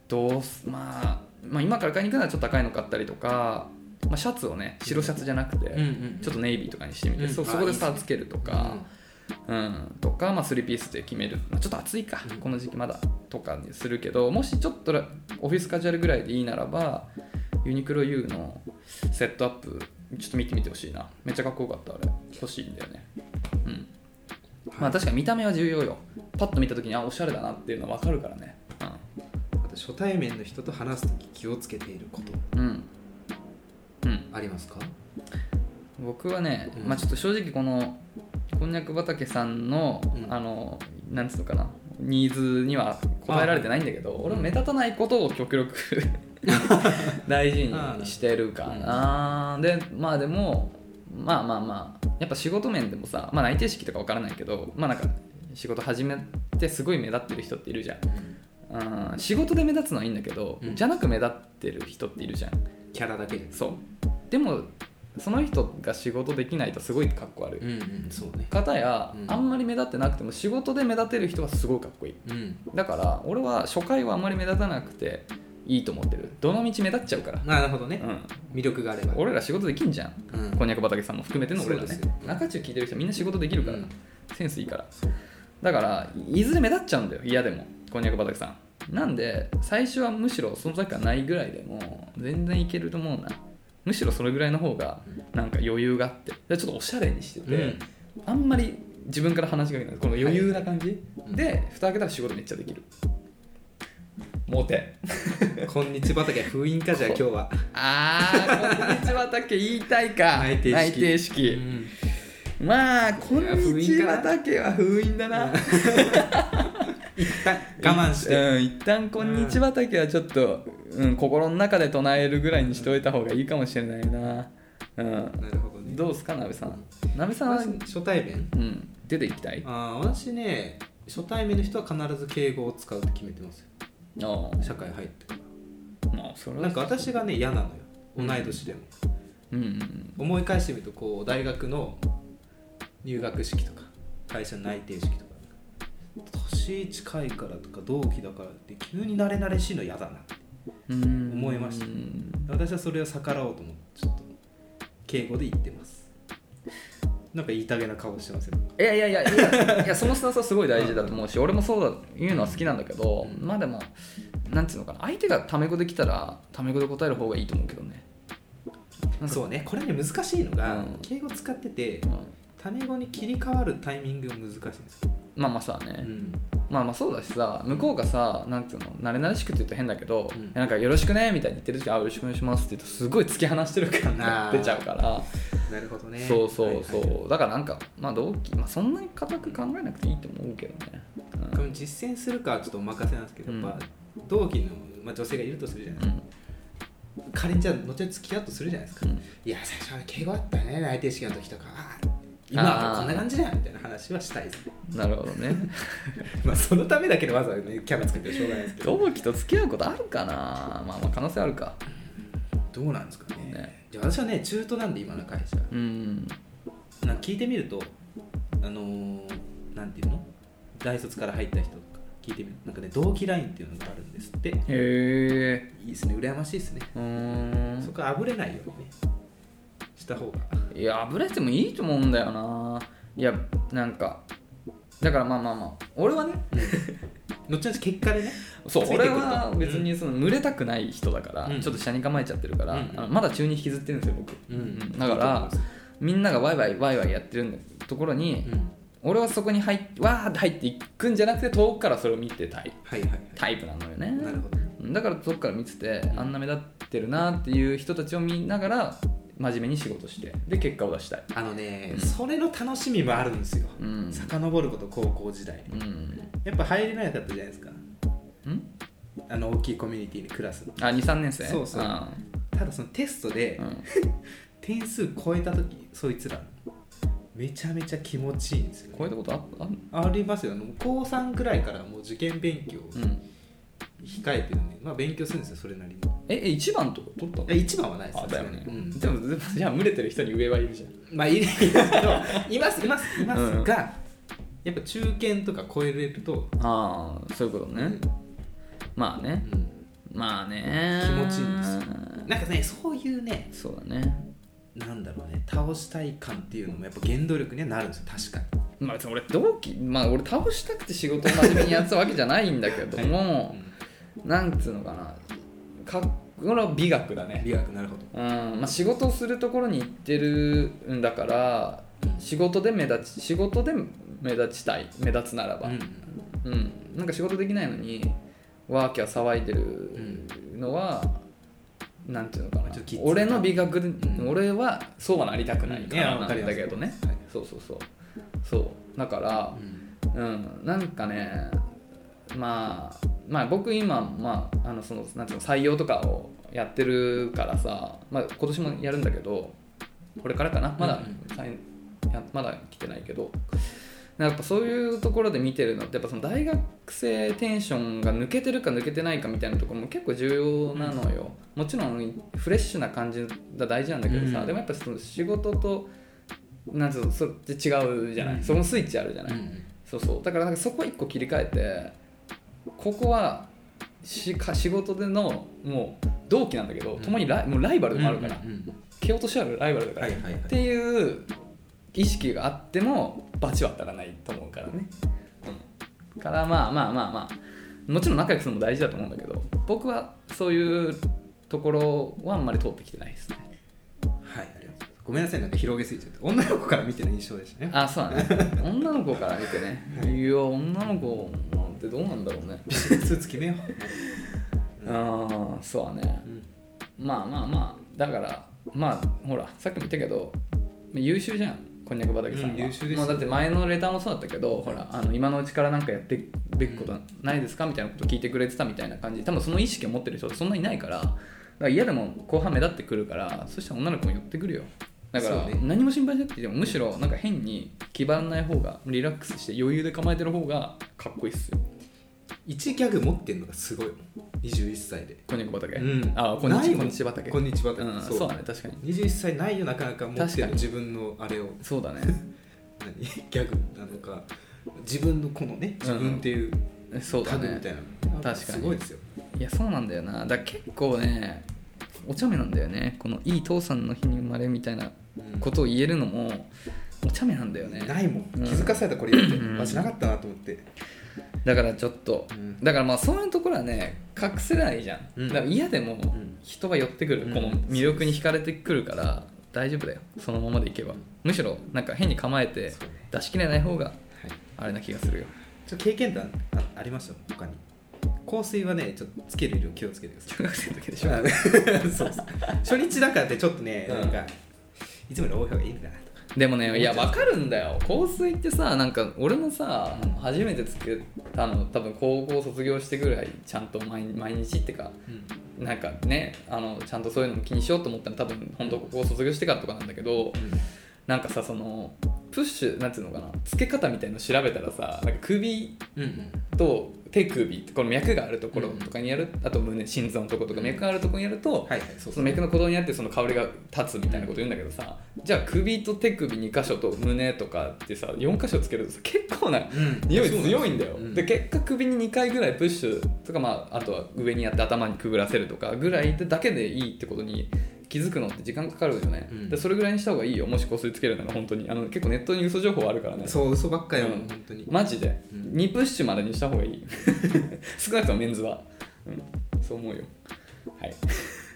どうすまあまあ今から買いに行くならちょっと高いの買ったりとか、まあ、シャツをね白シャツじゃなくて、
ん
ちょ
と
っとネイビーとかにしてみて、
うん
そ
あ
そこで
い
差
いっすね
つけるとか、うんとか、まあ、3ピースで決める、まあ、ちょっと暑いか、
うん
この時期まだとかにするけどもしちょっとらオフィスカジュアルぐらいでいいならばユニクロ U のセットアップちょっと見てみてほしいなめっちゃかっこよかったあれ欲しいんだよねうんまあ確かに見た目は重要よパッと見た時にあおしゃれだなっていうのは分かるからね
あと初対面の人と話す時気をつけていること
うんうん、うん
ありますか
僕はね、
うん
まあちょっと正直このこんにゃく畑さんの、
うん
あのなんつうのかなニーズには応えられてないんだけど俺も目立たないことを極力 大事にしてるかなでまあでもまあまあまあやっぱ仕事面でもさ、まあ、内定式とかわからないけどまあなんか仕事始めてすごい目立ってる人っているじゃんうん仕事で目立つのはいいんだけど、
うん
じゃなく目立ってる人っているじゃん
キャラだけです
そうでもその人が仕事できないとすごいかっこ悪い、
んうんそうね
方や、
うん
あんまり目立ってなくても仕事で目立てる人はすごいかっこいい
うん
だから俺は初回はあんまり目立たなくていいと思ってるどの道目立っちゃうから、
なるほどね
う、ん、
魅力があれば
俺ら仕事できんじゃん
うん
こんにゃく畑さんも含めての俺ら
そう
ね
ですよ
中中聞いてる人みんな仕事できるから、
うん
センスいいからだからいずれ目立っちゃうんだよ嫌でもこんにゃく畑さんなんで最初はむしろ存在感ないぐらいでも全然いけると思うなむしろそれぐらいの方がなんか余裕があってでちょっとおしゃれにしてて、
うん
あんまり自分から話しかけないこの余裕な感じ、
うん
で蓋開けたら仕事めっちゃできるモテ
こんにちは畑封印かじゃあ今日は
あーこんにちはけ言いたいか
内定式
式まあ、こんにちはだけは封印だな。
一旦我慢して
うん、一旦こんにちはだけはちょっと、うん、心の中で唱えるぐらいにしておいた方がいいかもしれないな。うん。
なるほどね
どうですか、なべさん。なべさんは、
私初対面
うん、出ていきたい。あ
あー私ね初対面の人は必ず敬語を使うって決めてますよ
あ、
社会入ってか
まあ、それ
ら
は。
なんか私がね嫌なのよ
う
同
ん
い年でも、
うんうん
思い返してみるとこう大学の入学式とか会社の内定式とか年近いからとか同期だからって急に慣れ慣れしいの嫌だなって
うん、うん。
思いました私はそれを逆らおうと思ってちょっと敬語で言ってますなんか言いたげな顔してますよ
いやいやいやいや いやそのスタンスはすごい大事だと思うし俺もそうだ言うのは好きなんだけどまあでもなんていうのかな相手がタメ語できたらタメ語で答える方がいいと思うけどねなんか
そうねこれね難しいのが、
うん
敬語使ってて
うん
タメ語に切り替わるタイミングが難しいんですよ、
まあまあそうだね、
うん
まあまあそうだしさ向こうがさなんつうの慣れ慣れしくって言うと変だけど、
うん
なんかよろしくねみたいに言ってる時あよろしくお願いしますって言うとすごい突き放してる感が
あー
出ちゃうから、
なるほどね
そうそうそう、
はいはい
だからなんかまあ同期、まあ、そんなに固く考えなくていいと思うけどね、
これ実践するかはちょっとお任せなんですけど、
うん
やっぱ同期の、まあ、女性がいるとするじゃないですか、仮にじゃあ後々付き合うとするじゃないですか、
うん
いや最初は敬語だったよね内定式の時とかあー今はもうこんな感じだよみたいな話はしたいですね
うん、なるほどね
まあそのためだけでわざわざ、ね、キャラ作ってもしょうがないですけど
同期と付き合うことあるかなまあまあ可能性あるか
どうなんですかね
ね
じゃあ私はね中途なんで今の会社
う
な
ん
んか聞いてみるとあのーなんていうの大卒から入った人とか聞いてみるなんかね同期ラインっていうのがあるんですってい
へえ
いですね羨ましいですね
うーん
そこはあぶれないようにねした方が
いやあぶれてもいいと思うんだよないやなんかだからまあまあまあ俺はね
後々結果でね
そう
ついてくる
俺
と
は別にその群れたくない人だから、
うん
ちょっと下に構えちゃってるから、
うんうん
あのまだ中に引きずってるんですよ僕、
うん
だからみんながワイワイワイワイやってるんだところに、
うん
俺はそこに入っわーって入っていくんじゃなくて遠くからそれを見てたい
はいはいはい
タイプなのよね
なるほど
うんだから遠くから見てて、
うん
あんな目立ってるなっていう人たちを見ながら真面目に仕事してで結果を出したい
あのね、
うん
それの楽しみもあるんですよ、
うん
遡ること高校時代
うん
やっぱ入れなかったじゃないですか
うん
あの大きいコミュニティにクラスの
あ23年生
そうそう
あ
ただそのテストで
ーうん
点数超えた時そいつらめちゃめちゃ気持ちいいんですよ、
こういったことああん
ありますよあの高3くらいからもう受験勉強を
うん
控えてるんで、まあ勉強するんですよそれなりに
ええ一番とか取ったの
え一番はないです
あだよね、
うん
でもでもじゃあ群れてる人に上はいるじゃん
まあいいですけどいますいますいますが、
うんうん
やっぱ中堅とか超えれると、
ああそういうことね、まあ
う
ね
ん、
まあね
気持ちいいんですよなんかねそういうね
そうだね
なんだろうね倒したい感っていうのもやっぱ原動力にはなるんですよ確かに
まあ別に俺同期まあ俺倒したくて仕事を真面目にやってたわけじゃないんだけど も、なんつうのかなかこれは美学だね
美学なるほど
うんまあ、仕事をするところに行ってるんだから仕事で目立ち仕事で目立ちたい目立つならば、
うん
うん、なんか仕事できないのにワーキャー騒いでるのは、なんていうのか
まあ
な
ちょっときついな
俺の美学、
ん
俺はそうはなりたくない
うん
か
いや
らな
わかり
ん
ます
だけどね、
はい
そうそうそうそうだから、うん、なんかねまあまあ僕今、まあ、あのそのなんていうの採用とかをやってるからさ、まあ、今年もやるんだけどこれからかなまだ、
う
さいやまだ来てないけどやっぱそういうところで見てるのってやっぱその大学生テンションが抜けてるか抜けてないかみたいなところも結構重要なのよ、もちろんフレッシュな感じが大事なんだけどさ、
うん
でもやっぱその仕事となんていうのそれって違うじゃない、
うん
そのスイッチあるじゃない、そうそうだからなんかそこは一個切り替えてここはしか仕事でのもう同期なんだけど、
うん
共にライもうライバルでもあるから、
うんうん
蹴落とし合うライバルだから、
はいはいはい
っていう意識があっても罰は当たらないと思うからね、うん、からまあまあまあまあもちろん仲良くするのも大事だと思うんだけど僕はそういうところはあんまり通ってきてないですね
はいありがとうございますごめんなさいなんか広げすぎちゃって女の子から見てる印象で したね
あそうだね女の子から見てねいや女の子なんてどうなんだろうね
ビジネススーツ決めよう
ああそうだね
う、うん
まあまあまあだからまあほらさっきも言ったけど優秀じゃんこんにゃく畑さんは、
うん優秀ですよ
まあ、だって前のレターもそうだったけどほらあの今のうちからなんかやっていくべきことないですかみたいなこと聞いてくれてたみたいな感じ多分その意識を持ってる人ってそんなにいないからだから嫌でも後半目立ってくるからそしたら女の子も寄ってくるよだか
そ
ら
うね
何も心配しなくていいよむしろなんか変に気張らない方がリラックスして余裕で構えてる方がかっこいいっすよ
一ギャグ持ってんのがすごいもん21歳で
こんにゃく畑、
うん
あこんに
ない
ち
もん
こんにち畑
こんにちは
うん、
そう
そうだね確かに
21歳ないよなかなか持っ
確
てる
かに
自分のあれを
そ うだね
何ギャグなのか自分のこのね自分っていう
そうだ
タグみ
ね
たいな、
確かに
すごいですよ
いやそうなんだよなだから結構ねお茶目なんだよねこの「いい父さんの日に生まれ」みたいなことを言えるのもお茶目なんだよね
ないもん
うん
気づかされたこれやって
うん
マジなかったなと思って
だからちょっと
うん
だからまあそういうところはね隠せないじゃん、
うん
だから嫌でも
ん
人は寄ってくる、
うん
この魅力に惹かれてくるから大丈夫だよそのままでいけばむしろなんか変に構えて
そうね
出し切れない方が
はい
あれな気がするよ
ちょっと経験談あありましたもん他に香水はねちょっとつける量気をつけてくだ さい
中学生の時でしょ
あのそうそう初日だからってちょっとね、
うん
なんかいつもより多い方がいいんだなとか
でもねいやわかるんだよ香水ってさなんか俺もさ、
うん
初めてつけたの多分高校卒業してぐらいちゃんと毎毎日ってかなんかねあのちゃんとそういうのも気にしようと思ったの多分本当高校卒業してからとかなんだけどなんかさそのプッシュなんていうのかなつけ方みたいの調べたらさなんか首
うんうん
と手首ってこの脈があるところとかにやる、あと胸心臓のところとか
うん
脈があるところにやると、
はいはいそう
その脈の鼓動にあってその香りが立つみたいなこと言うんだけどさじゃあ首と手首2箇所と胸とかってさ4箇所つけるとさ結構な
うん
匂い強いんだよ、
そうなん
で
です
結果首に2回ぐらいプッシュとか、まあ、あとは上にやって頭にくぐらせるとかぐらいでだけでいいってことに気づくのって時間かかるよね、
うん
でそれぐらいにした方がいいよもしこすりつけるなら本当にあの結構ネットに嘘情報あるからね
そう嘘ばっかよ、
うん
本当に
マジで、
うん
2プッシュまでにした方がいい 少なくともメンズは、うん、そう思うよはい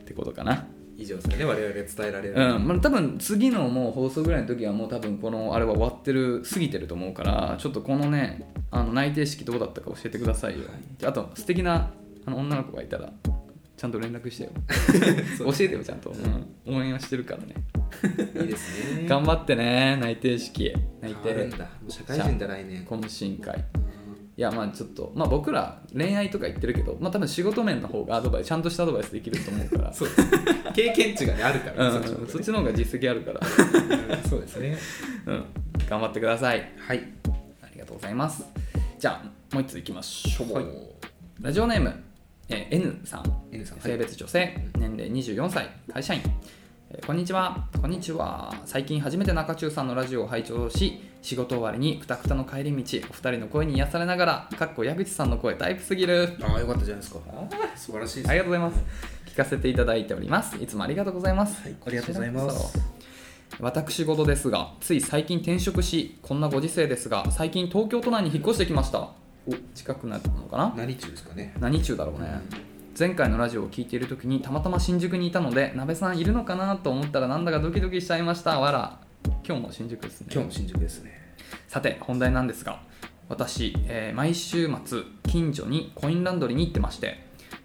ってことかな
以上ですかね我々伝えられる、
うんまあ、多分次のもう放送ぐらいの時はもう多分このあれは終わってる過ぎてると思うからちょっとこのねあの内定式どうだったか教えてくださいよ、あと素敵なあの女の子がいたらちゃんと連絡し てよ教えてよちゃんと、うん、応援はしてるからね
いいですね
頑張ってね内定式内
変わるん
定
だもう社会人だ来年
懇親会いやまあちょっと、まあ、僕ら恋愛とか言ってるけど、まあ、多分仕事面の方がアドバイスちゃんとしたアドバイスできると思うから
そうですね 経験値がねあるから、
うん、
の方がね
そっちの方が実績あるから、
うんそうですね
うん、頑張ってください
はい
ありがとうございます。じゃあ、もう一ついきましょう。
はい
ラジオネーム、えー N さん、
N さんはい
性別女性、年齢24歳、会社員。えーこんにちは。こんにちは。最近初めて中中さんのラジオを拝聴し、仕事終わりにくたくたの帰り道、お二人の声に癒されながら、かっこ矢口さんの声タイプすぎる。
ああよかったじゃないですか素晴らしいです
ありがとうございます。聞かせていただいております。いつもありがとうございます。
はいありがとうございます
こちらこそ。私事ですが、つい最近転職し、こんなご時世ですが、最近東京都内に引っ越してきました。お近くなったのかな
何中ですかね
何中だろうね。前回のラジオを聞いている時にたまたま新宿にいたので鍋さんいるのかなと思ったらなんだかドキドキしちゃいましたわら今日も新宿ですね
今日も新宿ですね
さて本題なんですが私、えー毎週末近所にコインランドリーに行ってまして、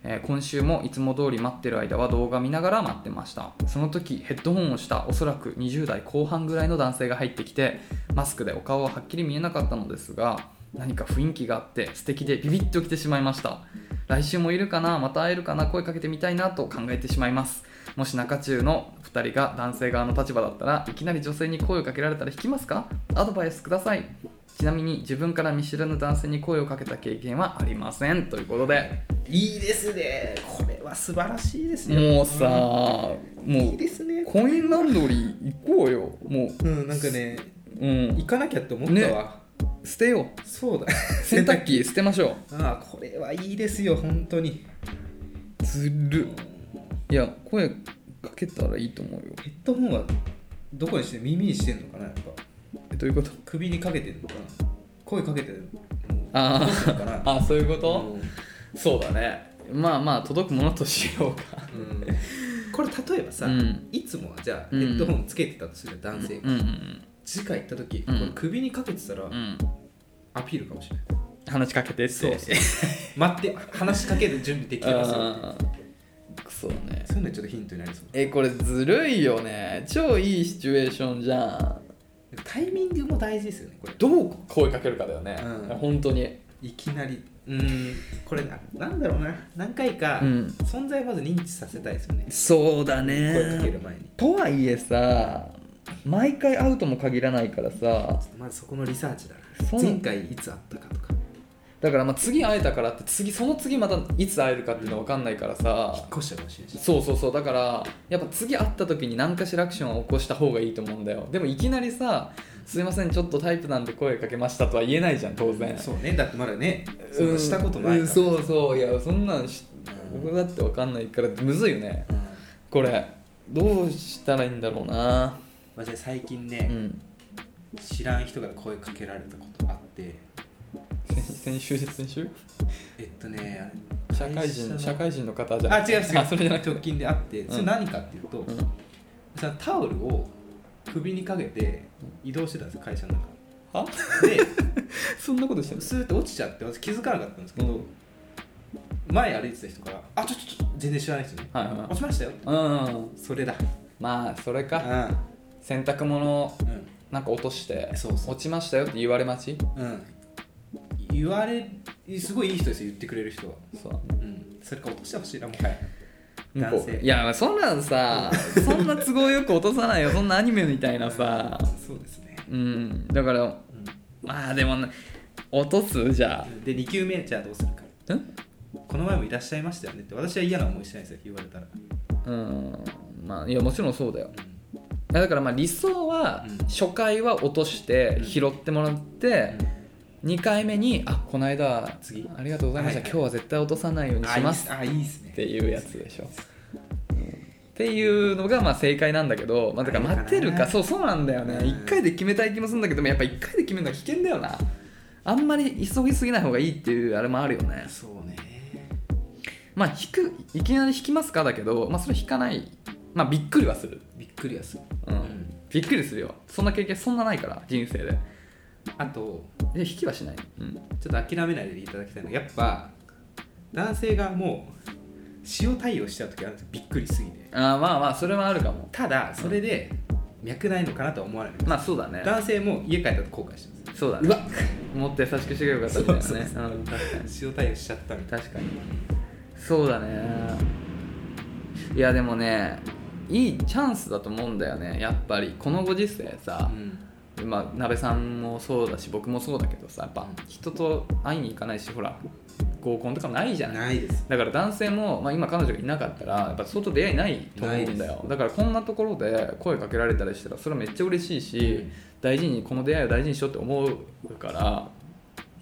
えー今週もいつも通り待ってる間は動画見ながら待ってましたその時ヘッドホンをしたおそらく20代後半ぐらいの男性が入ってきてマスクでお顔ははっきり見えなかったのですが何か雰囲気があって素敵でビビッときてしまいました来週もいるかなまた会えるかな声かけてみたいなと考えてしまいますもし中中の2人が男性側の立場だったらいきなり女性に声をかけられたら引きますかアドバイスくださいちなみに自分から見知らぬ男性に声をかけた経験はありませんということで
いいですねこれは素晴らしいですね
もうさも
いいうですね
コインランドリー行こうよも
うんなんかね
ううん
行かなきゃって思ったわ、
捨てよう
そうだ
洗濯機捨てましょ
ああこれはいいですよ本当に
うずるいや声かけたらいいと思うよ
ヘッドホンはどこにして耳にしてんのかなやっぱ
えどういうこと
首にかけてんのかな声かけてるの
あ
どうするかな
ああそういうこと、
うん
そうだねまあまあ届くものとしようか
うんこれ例えばさ、
うん
いつもはじゃあ
う
ヘ
ん
ッドホンつけてたとする男性が、
うんうん
次回行った時、
うん
これ首にかけてたら
うんうん
アピールかもしれない
話しかけてって
そうそう 待って話しかける準備できてますよ
あークソだね
そういうのはちょっとヒントになりそう
えこれずるいよね超いいシチュエーションじゃん
タイミングも大事ですよねこれ
どう声かけるかだよね、
うん
本当に
いきなりうんこれななんだろうな何回か
うん
存在をまず認知させたいですよね、
そうだ
声かける前に
とはいえさ毎回会うとも限らないからさ
まずそこのリサーチだな
そう
前回いつあったかとか
だからまあ次会えたからって次その次またいつ会えるかっていうの分かんないからさ、
引っ越したかもしれないし
そうそうそうだからやっぱ次会った時に何かしらアクションを起こした方がいいと思うんだよでもいきなりさ「すいませんちょっとタイプなんで声かけました」とは言えないじゃん当然
そうねだってまだねそ
うん
んなしたことないから、
うんそうそういやそんなんし
うん
僕だって分かんないからむずいよね
うん
これどうしたらいいんだろうな
まあ、じゃあ最近
う
ね、
ん
知らん人から声かけられたことあって
先先週先週
えっとねあれ
社会人
会
社
社の
会人の方じゃ
あ
なく
違
て
う違う
あそれじゃなくて
直近であってそれ何かっていうと、
うん
そのタオルを首にかけて移動してたんですよ会社の中
は
で
そんなことしてる
スーって落ちちゃって私気づかなかったんですけど、
うん
前歩いてた人から「あちょちょちょ全然知らない人に、
はいはいはい
落ちましたよ
うん」
それだ
まあそれか
う
洗濯物
んうん
なんか落として
そうそう
落ちましたよって言われ待ち
うん言われすごいいい人ですよ言ってくれる人は
そう
うんそれか落としてほしいなもうはい男性
いやそんなんさそんな都合よく落とさないよそんなアニメみたいなさ
そうですね、
うんだからまあでもな落とすじゃ
で2球目じゃあどうするか
あん
この前もいらっしゃいましたよねって私は嫌な思いしてないですよ言われたら、
うんまあいやもちろんそうだよ
う
いやだからまあ理想は
うん
初回は落として
うん
拾ってもらって2回目に「あこの間
次
ありがとうございました
はいはい
今日は絶対落とさないようにします」
あいいっすね
っていうやつでしょ。っていうのがまあ正解なんだけど、まあ、だから待ってる
あれか
か
な
そうそうなんだよね
うん
1回で決めたい気もするんだけどでもやっぱ1回で決めるのは危険だよなあんまり急ぎすぎない方がいいっていうあれもあるよね
そうね
まあ引くいきなり引きますかだけど、まあ、それ引かないまあびっくりはする、
びっくりはする
うん
うん
びっくりするよそんな経験そんなないから人生でで
あと
引きはしない、うん、
ちょっと諦めないでいただきたいのはやっぱ男性がもう塩対応しちゃう時あるんですよびっくりすぎて
あーまあまあそれはあるかも
ただそれで脈ないのかなとは思わないでくださ
まあそうだね
い男性も家帰ったと後悔してます
そうだね
うわ
もっと優しくしてくればよかったみたいなね
そうそうそう
うん確かに
塩対応しちゃったみたい
確かにそうだねいやでもねいいチャンスだと思うんだよねやっぱりこのご時世
な、
さ、まあ、鍋さんもそうだし僕もそうだけどさやっぱ
うん
人と会いに行かないしほら合コンとかもないじゃない
ないです
だから男性も、まあ、今彼女がいなかったらやっぱ相当出会いないと思うん
な
だ
いで
よだからこんなところで声かけられたりしたらそれはめっちゃ嬉しいし、
うん
大事にこの出会いを大事にしようって思うから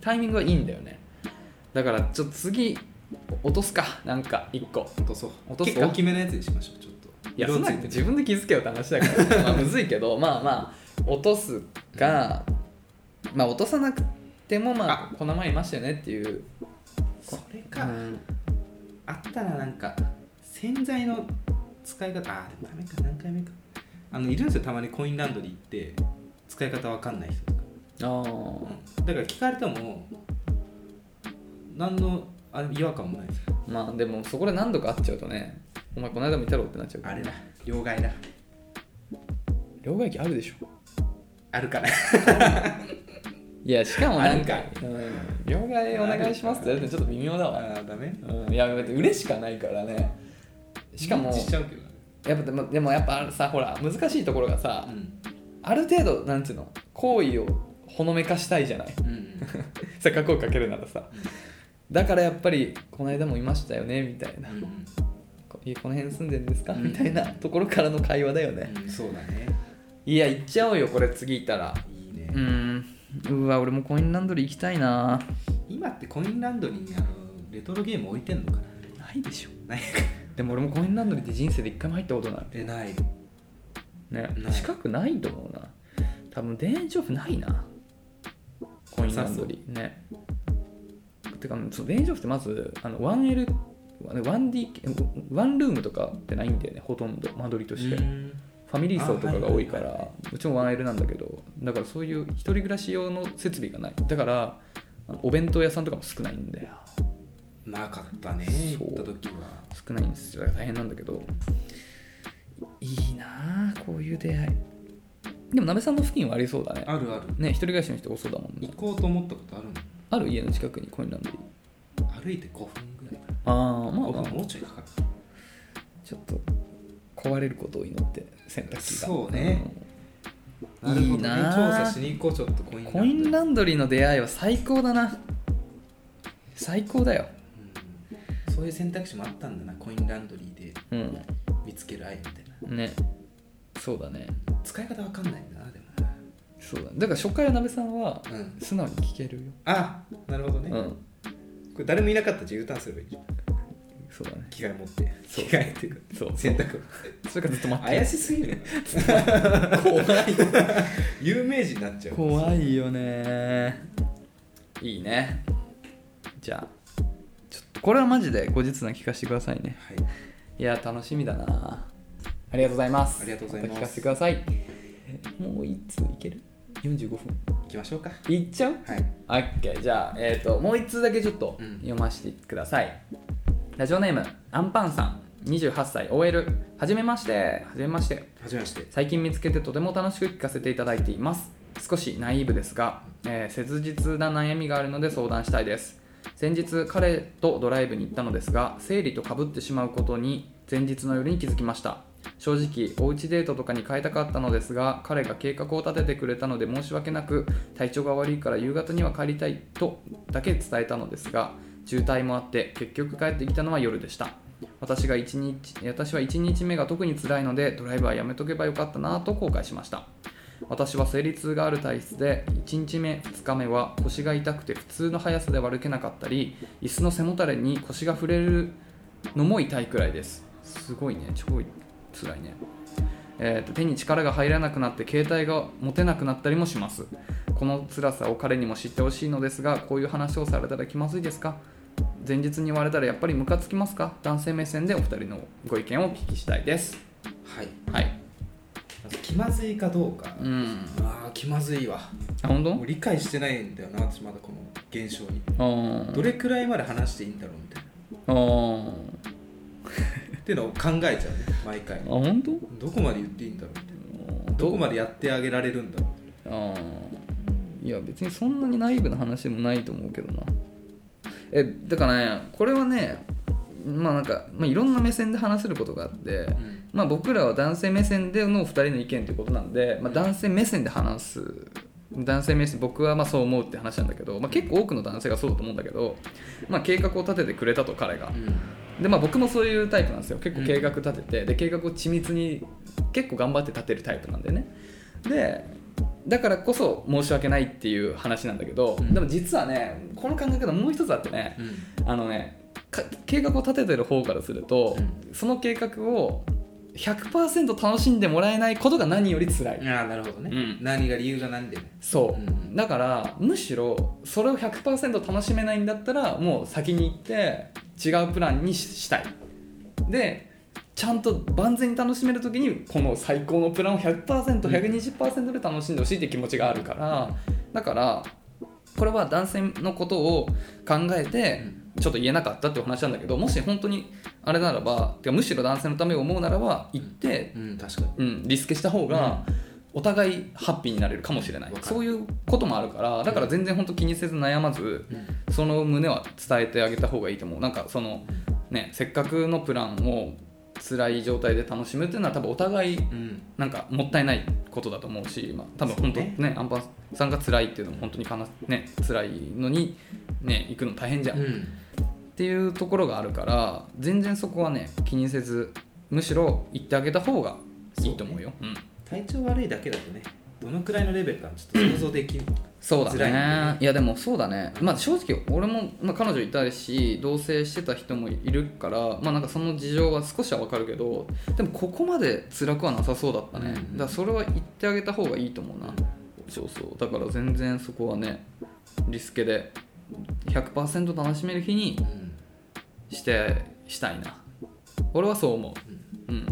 タイミングはいいんだよねだからちょっと次落とすかなんか一個
落とそう
落とそう
結構大きめのやつにしましょうちょっと
いやそんな
つ
ん
いて
自分で気づけよって話だからまあむずい けどまあまあ落とすか、まあ落とさなくてもまあこの前いましたよねっていう
それ
う
か、
ん
あったらなんか洗剤の使い方あーでもダメか何回目かあのいるんですよたまにコインランドリー行って使い方わかんない人とか、
あー
うんだから聞かれても何のあれ違和感もないです
まあでもそこで何度か会っちゃうとねお前この間見たろってなっちゃうか
あ
ら
れだ両替だ
両替機あるでしょ
あるから
いやしかもなんか
ある
うん両替お願いしますってやるのちょっと微妙だ
あ
わ、
ーダメ
うん、いや別に嬉しかないからねしかも
認知しちゃうけどな
やっぱでもでもやっぱさほら難しいところがさ、
うん
ある程度なんていうの好意をほのめかしたいじゃない
うんうん
せっかく声かけるならさだからやっぱりこの間もいましたよねみたいな
うん
こいやこの辺住んでるんですか
うん
みたいなところからの会話だよね
うんそうだね
いや行っちゃおうよこれ次行ったら
いいね、
うんうわ俺もコインランドリー行きたいな
今ってコインランドリーにあのレトロゲーム置いてんのかな
ないでしょ
ないか
でも俺もコインランドリーって人生で一回も入ったことない
えない
ね
ない
近くないと思うな多分電車オフないなコインランドリーねてかそう電車オフってまずあの 1L 1D ワンルームとかってないんだよねほとんど間取りとして、ファミリー層とかが多いか
あ
ら、
はいはいはいは
うちも 1L なんだけどだからそういう一人暮らし用の設備がないだからあのお弁当屋さんとかも少ないんだよ
なかったね
そう
行った時は
少ないんですよだから大変なんだけどいいなあこういう出会いでもなべさんの付近はありそうだね
あるある
ね一人暮らしの人多そうだもんね
行こうと思ったことある
ある家の近くにコインランドリー
の歩いて5分ぐらいか
あ
な
あまあま
5
あ
分もうちょいかかる
ちょっと壊れることを祈って洗濯機が
そうね
うんいいなあ
調査しに行こうちょっとコインラン
うん
ド
コ
リ
イ
ー
ンランドリーの出会いは最高だな最高だよ
うんそういう選択肢もあったんだなコインランドリーで
うん
見つける愛みたいな
ねそうだね
使い方わかんないんだなでも
そうだねだから初回はなべさんは
なうん
素直に聞けるよ
あなるほどね、
う
こ
ん
れ誰もいなかったら U ターンすればいいじゃん
そうだね
着替え持って着
そう
替えっていうか
そう
洗濯
それからずっと待ってる
怪しすぎるな有名人になっちゃう
怖いよねいいねじゃあちょっとこれはマジで後日談聞かせてくださいね
はい
いや楽しみだなありがとうございます
ありがとうございます
た聞かせてくださいもういついける45分
きましょうか
いっちゃう
はい
オッケーじゃあ、えー、ともう一通だけちょっと
うん
読ませてください、ラジオネームアンパンさん28歳 OL はじめましてはじめまして
はじめまして
最近見つけてとても楽しく聞かせていただいています少しナイーブですが、えー切実な悩みがあるので相談したいです先日彼とドライブに行ったのですが生理とかぶってしまうことに前日の夜に気づきました正直おうちデートとかに変えたかったのですが彼が計画を立ててくれたので申し訳なく体調が悪いから夕方には帰りたいとだけ伝えたのですが渋滞もあって結局帰ってきたのは夜でした私が1日私は1日目が特に辛いのでドライブはやめとけばよかったなぁと後悔しました私は生理痛がある体質で1日目2日目は腰が痛くて普通の速さでは歩けなかったり椅子の背もたれに腰が触れるのも痛いくらいですすごいね超辛いねえーと手に力が入らなくなって携帯が持てなくなったりもしますこの辛さを彼にも知ってほしいのですがこういう話をされたら気まずいですか前日に言われたらやっぱりムカつきますか男性目線でお二人のご意見をお聞きしたいです
はい
はい
まず気まずいかどうか、
うん
ああ気まずいわ
あ本当
もう理解してないんだよな私まだこの現象に
あー
どれくらいまで話していいんだろうみたいな
あー
っていうのを考えちゃうね毎回
あ本当
どこまで言っていいんだろうみたいなどこまでやってあげられるんだろう
あーいや別にそんなにナイーブな話でもないと思うけどなえだからねこれはねまあなんか、まあ、いろんな目線で話せることがあって、
ん
まあ、僕らは男性目線でのお二人の意見ということなんで、まあ、男性目線で話す男性目線僕はまあそう思うって話なんだけど、まあ、結構多くの男性がそうだと思うんだけど、まあ、計画を立ててくれたと彼がで、まあ、僕もそういうタイプなんですよ結構計画立てて、で計画を緻密に結構頑張って立てるタイプなんでねでだからこそ申し訳ないっていう話なんだけど、
うん
でも実はねこの考え方もう一つあってね、
うんうん
あのねか計画を立ててる方からすると、その計画を100%楽しんでもらえないことが何より辛い、
ああなるほどね、
うん
何が理由が何でね
そうう、
ん
だからむしろそれを100%楽しめないんだったらもう先に行って違うプランにししたいでちゃんと万全に楽しめる時にこの最高のプランを 100%120% で楽しんでほしいって気持ちがあるからだからこれは男性のことを考えてちょっと言えなかったっていう話なんだけどもし本当にあれならばてかむしろ男性のためを思うならば行って、
うん確かに
うん、リスケした方がお互いハッピーになれるかもしれない
わかる
そういうこともあるからだから全然本当気にせず悩まず
うん
その胸は伝えてあげた方がいいと思うなんかそのねせっかくのプランを辛い状態で楽しむっていうのは多分お互い
うん
なんかもったいないことだと思うし、まあ、多分本当
そう
ねアンパンさんが辛いっていうのも本当にかな、ね、辛いのに、ね、行くの大変じゃん、っていうところがあるから全然そこはね気にせずむしろ行ってあげた方がいいと思うようん
体調悪いだけだとねどのくらいのレベルかちょっと想像できる
そうだ
辛いんだよ
ね
ね
いやでもそうだねまあ正直俺も、まあ、彼女いたし同棲してた人もいるからまあなんかその事情は少しはわかるけどでもここまで辛くはなさそうだったね、
うん
だからそれは言ってあげた方がいいと思うなそうそうだから全然そこはねリスケで100%楽しめる日に
うん
してしたいな俺はそう思ううん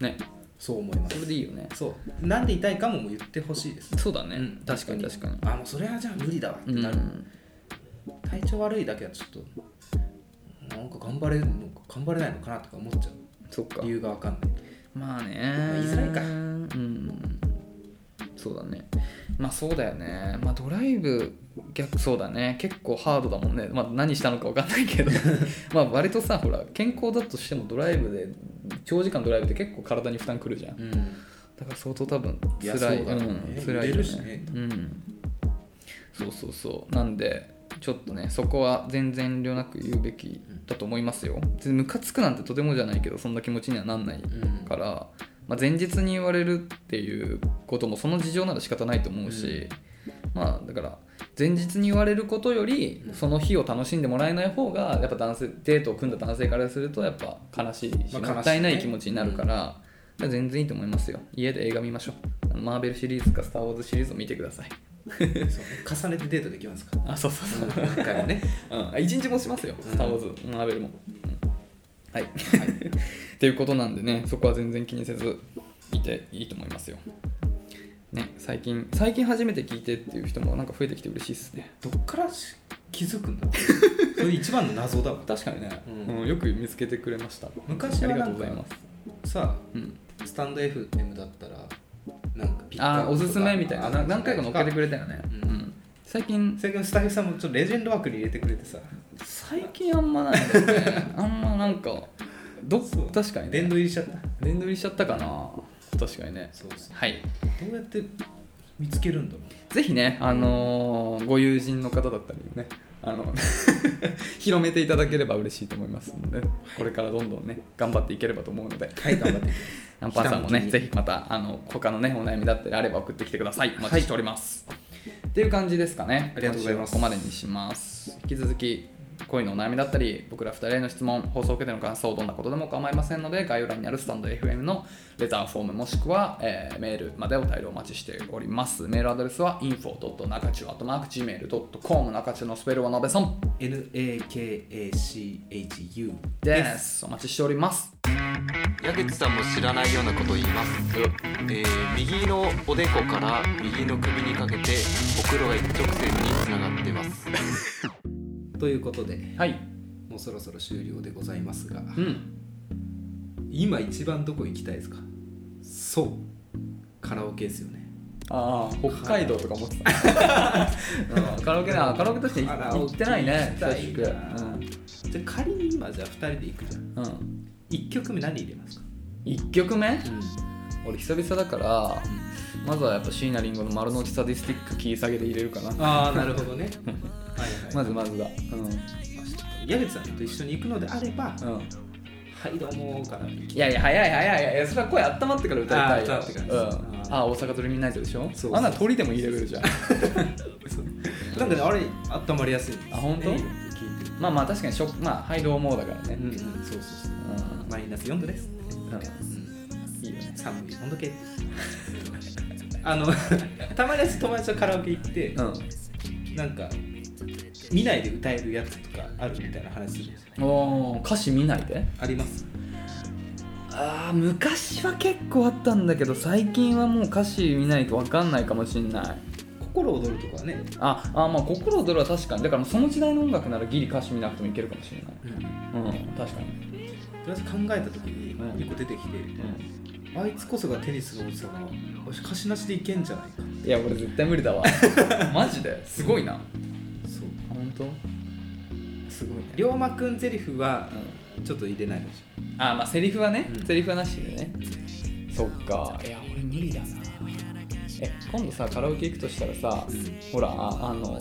ね
そう思いま
それ
す
でいいよね
そうなんで痛いかもも言ってほしいです、
そうだね、
うん
確かに確かに
あもうそれはじゃあ無理だわって
うん
なる、体調悪いだけはちょっとなんか頑張れるのか頑張れないのかなとか思っちゃ
そっか
う理由が分かんない
まあね
あ言いづらいか
うんそうだねまあそうだよねまあドライブ逆そうだね結構ハードだもんねまあ何したのか分かんない けどまあ割とさほら健康だとしてもドライブで長時間ドライブって結構体に負担くるじゃん
うん
だから相当多分
い
辛
や
い
そうだろうね
ん、辛い
揺れ
よ
るしね
うん、そうそうそうなんでちょっとねそこは全然遠慮なく言うべきだと思いますよ別にムカつくなんてとてもじゃないけどそんな気持ちにはなんない
うん
から、まあ、前日に言われるっていうこともその事情なら仕方ないと思うし、まあだから前日に言われることより
うん
その日を楽しんでもらえない方がやっぱ男性デートを組んだ男性からするとやっぱ悲しいし、
まあ悲しいね
もったいない気持ちになるから、全然いいと思いますよ家で映画見ましょうマーベルシリーズかスター・ウォーズシリーズを見てください
そう重ねてデートできますか
あそうそうそう、
何回もね
うん、あ一日もしますよ
うん
スター・ウォーズマーベルも、うんはい っていうことなんでねそこは全然気にせずいていいと思いますよね、最近最近初めて聞いてっていう人もなんか増えてきて嬉しいですね
どっからし気づくんだ それ一番の謎だわ
確かにね、
う
うんよく見つけてくれました
昔
あ
は
り
な
がとうんござい
か
ます、
さ
うん、
スタンド FM だったらなんかピックアッ
あ
プ
ーおすすめみたいな
とか
な何回か乗っけてくれたよね、
う
うんん最近
最近スタッフさんもちょっとレジェンド枠に入れてくれてさ
最近あんまないよねあんまなんかど
そう
確かに
殿
ね
堂入りしちゃった
連動入りしちゃったかな確かにね
そうです
はい
どうやって見つけるんだろ
ぜひね、あのーご友人の方だったりね、あの 広めていただければ嬉しいと思いますので、これからどんどんね、頑張っていければと思うので、
うはい頑張って
アンパンさんも
ひたむきに
ね、ぜひまた、あの他のね、お悩みだったりあれば送ってきてください。お待ちしております。っていう感じですかね。
ありがとうございます
今週はここまでにします。引き続き、恋のお悩みだったり、僕ら2人への質問、放送を受けての感想、どんなことでも構いませんので、概要欄にあるスタンド FM のレターフォームもしくは、えーメールまでお便りお待ちしております。メールアドレスは info.nakachu.gmail.com 中中のスペルはなべさん
NAKACHU
です。お待ちしております。
矢口さんも知らないようなことを言います、えー右のおでこから右の首にかけてほくろが一直線につながってます
ということで
はい。
もうそろそろ終了でございますが
うん。
今一番どこ行きたいですかそうカラオケですよね
ああ、北海道とか思って た。うんカラオケな、カラオケとして
カラオケ
行ってないね、
行
久
き
し
いなじ
たく。
ゃあ仮に今じゃあ2人で行くじゃん
うん。うん。
1曲目何入れますか、
1曲目
う
俺久々だから、まずはやっぱ椎名林檎の丸の内サディスティック切り下げで入れるかな。
ん、ああなるほどねはいはい
まずまずだ。う
矢口さんと一緒に行くのであれば
ん。うん。
「はいどうも」から
いやいや、早い早い早いいや。それは声温まってから歌いたいよ。
あー温
う
まってから
ん。ああ、大阪ドリーミーナイトでしょ
そうそう
あんなの鳥でもいいレベルじゃん。
なんかねあれあったまりやすい
あ本当
ね聞いてる
まあまあ確かにショック、まあ、ハイドーモーだからね。
うんうんそうそうそう
うん。
マイナス4度です、
いいよね。
寒い温 度計あのたまにやつ友達とカラオケ行って、
う
なんか見ないで歌えるやつとかあるみたいな話するんですよね
ん。おー歌詞見ないで
あります
あー昔は結構あったんだけど最近はもう歌詞見ないと分かんないかもしんない
心躍るとかね、
ああまあ心躍るは確かにだからその時代の音楽ならギリ歌詞見なくてもいけるかもしれないうん確かに、
私考えた時に
うん
一個出てきて、あいつこそがテニスの王子様私歌詞なしでいけんじゃないか
いや俺絶対無理だ わマジですごいな
そう
本当すごいね
龍馬くんゼリフは
う
ちょっと入れないかもし
ん、あーまあセリフはね、
うん
セリフはなしでねそっかいや俺無理だなえ今度さカラオケ行くとしたらさ、
うん
ほらああの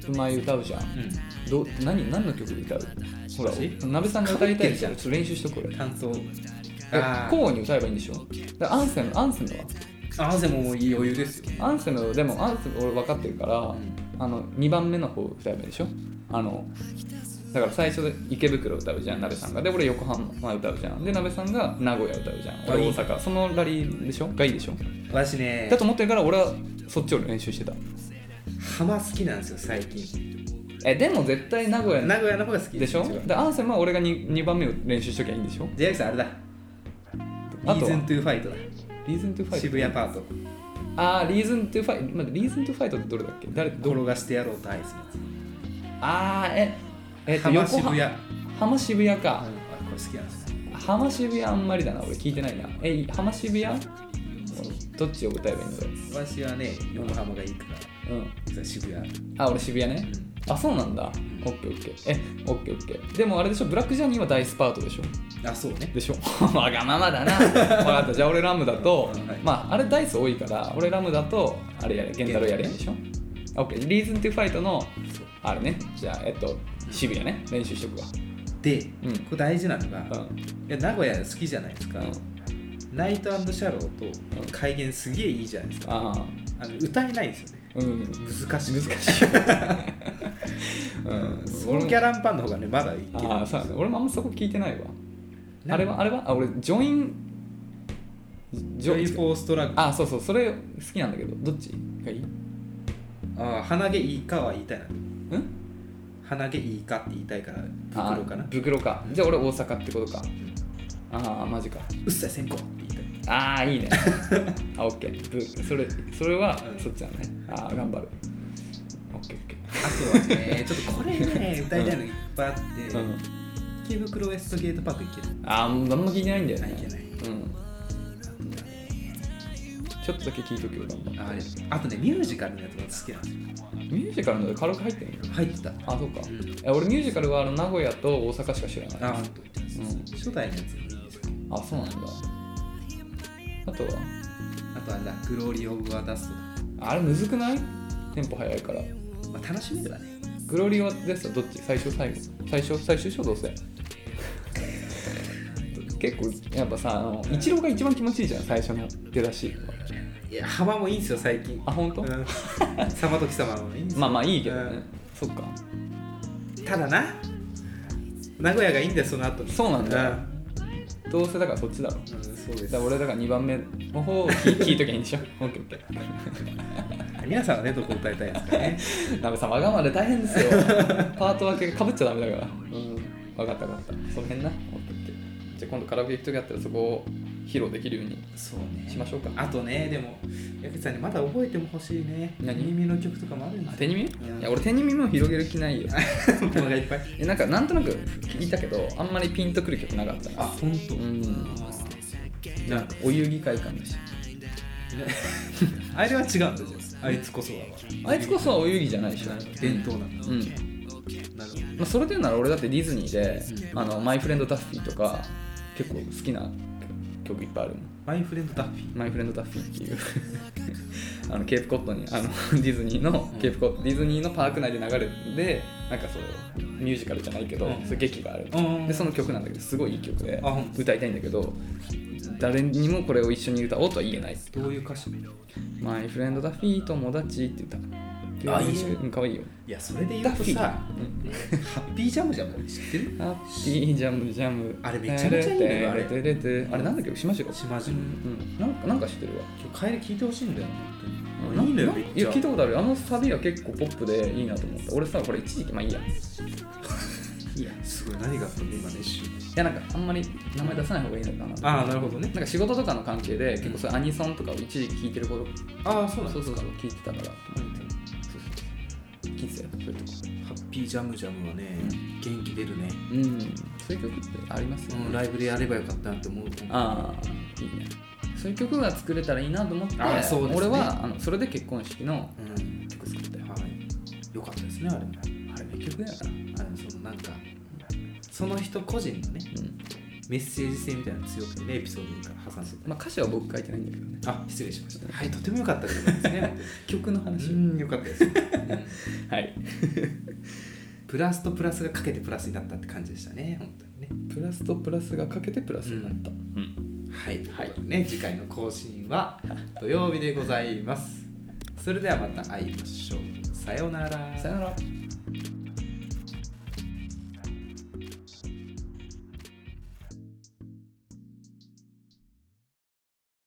人前歌うじゃん、
れない、
ど何何の曲で歌うほら
私
なべさんが歌いたいじゃんちょっと練習しとこれ
担当
交互に歌えばいいんでしょだからアンセムアンセムは
ああでももういい余裕ですよ
アンセムでもアンセム俺分かってるから、あの2番目の方歌えばいいでしょあのだから最初で池袋歌うじゃんなべさんがで俺横浜歌うじゃんでなべさんが名古屋歌うじゃん俺大阪そのラリーでしょがいいでしょ
私ね
だと思ってるから俺はそっちを練習してた
浜好きなんですよ最近
えでも絶対名古屋
名古屋の方が好き
でしょ
一番
でアンセムは俺が 2, 番目を練習しときゃいいんでしょ
ジェイクさんあれだリ
あとは
ーズントゥーファイト
リーズントゥファ
だ
イト
渋谷パート
あーリーズントゥファイト、まあ、リーズントゥファイトってどれだっけ誰ど
転がしてやろうと愛す
あーええ
る
っと
浜渋
横
谷
浜浜渋谷
あ
か、
これ好きなんですね
浜渋谷あんまりだな俺聞いてないなえ浜渋谷どっちを歌えばいいんだろ
私はね横浜がいいから
ううん
実は渋谷
あ俺渋谷ねあそうなんだオッケーオッケーえオッケーオッケーでもあれでしょブラックジャーニーは大スパートでしょ
あそうね
でしょ わがまま だな分かったじゃあ俺ラムだと、
うんはい
まああれダイス多いから俺ラムだとあれやれ源太郎やれんでしょオッケーリーズントゥファイトのあれねじゃあえっと渋谷ね練習しとくわ
で
うん
これ大事なのが
うん
いや名古屋好きじゃないですかナイトシャローと改元すげえいいじゃないですか
ああ
あの歌えないですよね
うん
難しい難しい
うん
ソ
俺
ロ
も
キャランパンの方がねまだいける
ああそうだね俺もあんまそこ聞いてないわ
な
あれはあれはあ俺ジョイン
ジョイフォーストラッグ
あそうそうそれ好きなんだけどどっちがいいん
あ鼻毛いいかは言いたいな鼻毛いいかって言いたいから
あ
袋かな
袋かじゃあ俺大阪ってことかああマジか
うっさい先行って言いたい
ああ いいねあオッケーブそれそれは
うん
そっちだねああ頑張るオッケーオ
あ
ッケ
とはねちょっとこれ ね歌いたいのいっぱいあって、
ー、うん、
池袋ウエストゲートパーク行ける
ああもう何も聞いてないんだよ
あ
ね
いけない
うんちょっとだけ聞いとけよ頑張る
ああれあとねミュージカルのやつが好きなんで
ミュージカルの軽く入ってんの
すよ入ってた
あそうか、
ん
え俺ミュージカルはあの名古屋と大阪しか知らない
あ本当
うん
初代のやつがいいんですよ
あそうなんだあとは
あとはラグローリー・オブ・ア・ダスト
あれむずくないテンポ早いから
とか、まあ、楽しめるわね
グローリーはデスはどっち最初最後最初最終章どうせ 結構やっぱさあの一郎が一番気持ちいいじゃん最初の出だし
いや幅もいいんですよ最近
あ本当、
うん様と貴様もいいんですよ
まあまあいいけどね、
うん
そっか
ただな名古屋がいいんだよその後に
そうなんだよ
うん
どうせだからそっちだろ
うんそうで
だ
す
から俺だから2番目の方を聞い聞いときゃいい んでしょオッケーオッケ
皆さんはねどこ歌いたいですかね
ー鍋さんわがままで大変ですよパート分けかぶっちゃダメだからうん分かった分かったその辺なオッケーオッケーじゃあ今度カラオケ行く時あったらそこを披露できるように
そうね
しましょうか
あとねでも矢口さんにまだ覚えても欲しいね
何
耳の曲とかもあるんです
手に
う
耳
ん
いや俺手に耳も広げる気ないよ
ものがいっぱい
えなんかなんとなく聞いたけどあんまりピンとくる曲なかったな
あ本当
うん
なんか
お遊戯会館だし
あれは違うんだよあいつこそは
あいつこそはお遊戯じゃないでしょ
伝統なんだ
うん、
なるほど
まあ、それで言うなら俺だってディズニーで「あのマイフレンド・ダッフィー」とか結構好きな曲いっぱいあるもん
マイフレンドダッフィ
マイフレンド・ダッフィーっていう あのケープコットにあのディズニーのケープコットディズニーのパーク内で流れてなんかそうミュージカルじゃないけど、
うん
そういう劇がある
ー
でその曲なんだけどすごいいい曲で
あほんと
歌いたいんだけど誰にもこれを一緒に歌おうとは言えない
どういう歌詞い
「マイフレンドダッフィー友達」って歌
あいいじゃん
うんかわいいよ
やそれで言うとさハッピージャムジャム知ってる
ハッピージャムジャム
あれめちゃめちゃいいんだよあれ
テレテレテあれなんだっけ島城
島ジム
うんなんかなんか知ってるわ
今日帰り聞いてほしいんだよ本
な
当にいいのよ
な
め
い
っち
や
ゃ
聞いたことあるあのサビが結構ポップでいいなと思った俺さこれ一時期まあいいやいいやい
すごい何があったの今ね一瞬
やなんかあんまり名前出さない方がいいのかな
ああなるほどね
なんか仕事とかの関係で結構そういうアニソンとかを一時期聴いてること
ああそうなん
そ
で
う
す
そうそう聞いてたからそうそう聞いてたよそういうとこ
ハッピージャムジャムはね
うん
元気出るね
うんそういう曲ってありますよね、
うんライブでやればよかったなって思う
ああいいねそういう曲が作れたらいいなと思って
あーそうですね
俺はあのそれで結婚式の
うん
曲作ったよ
はいよかったですねあれもあれ名曲だよなあのそのなんかその人個人のね
うん
メッセージ性みたいなの強くてねエピソードから挟んでて
まあ、歌詞は僕書いてないんだけどね
あ失礼しましたはいとても良かったです ね
曲の
う
話
ん良かったですうん
はい
プラスとプラスがかけてプラスになったって感じでしたね本当にね
プラスとプラスがかけてプラスになった、うん
はい、はい、ね次回の更新は土曜日でございますそれではまた会いましょうさようなら
さよなら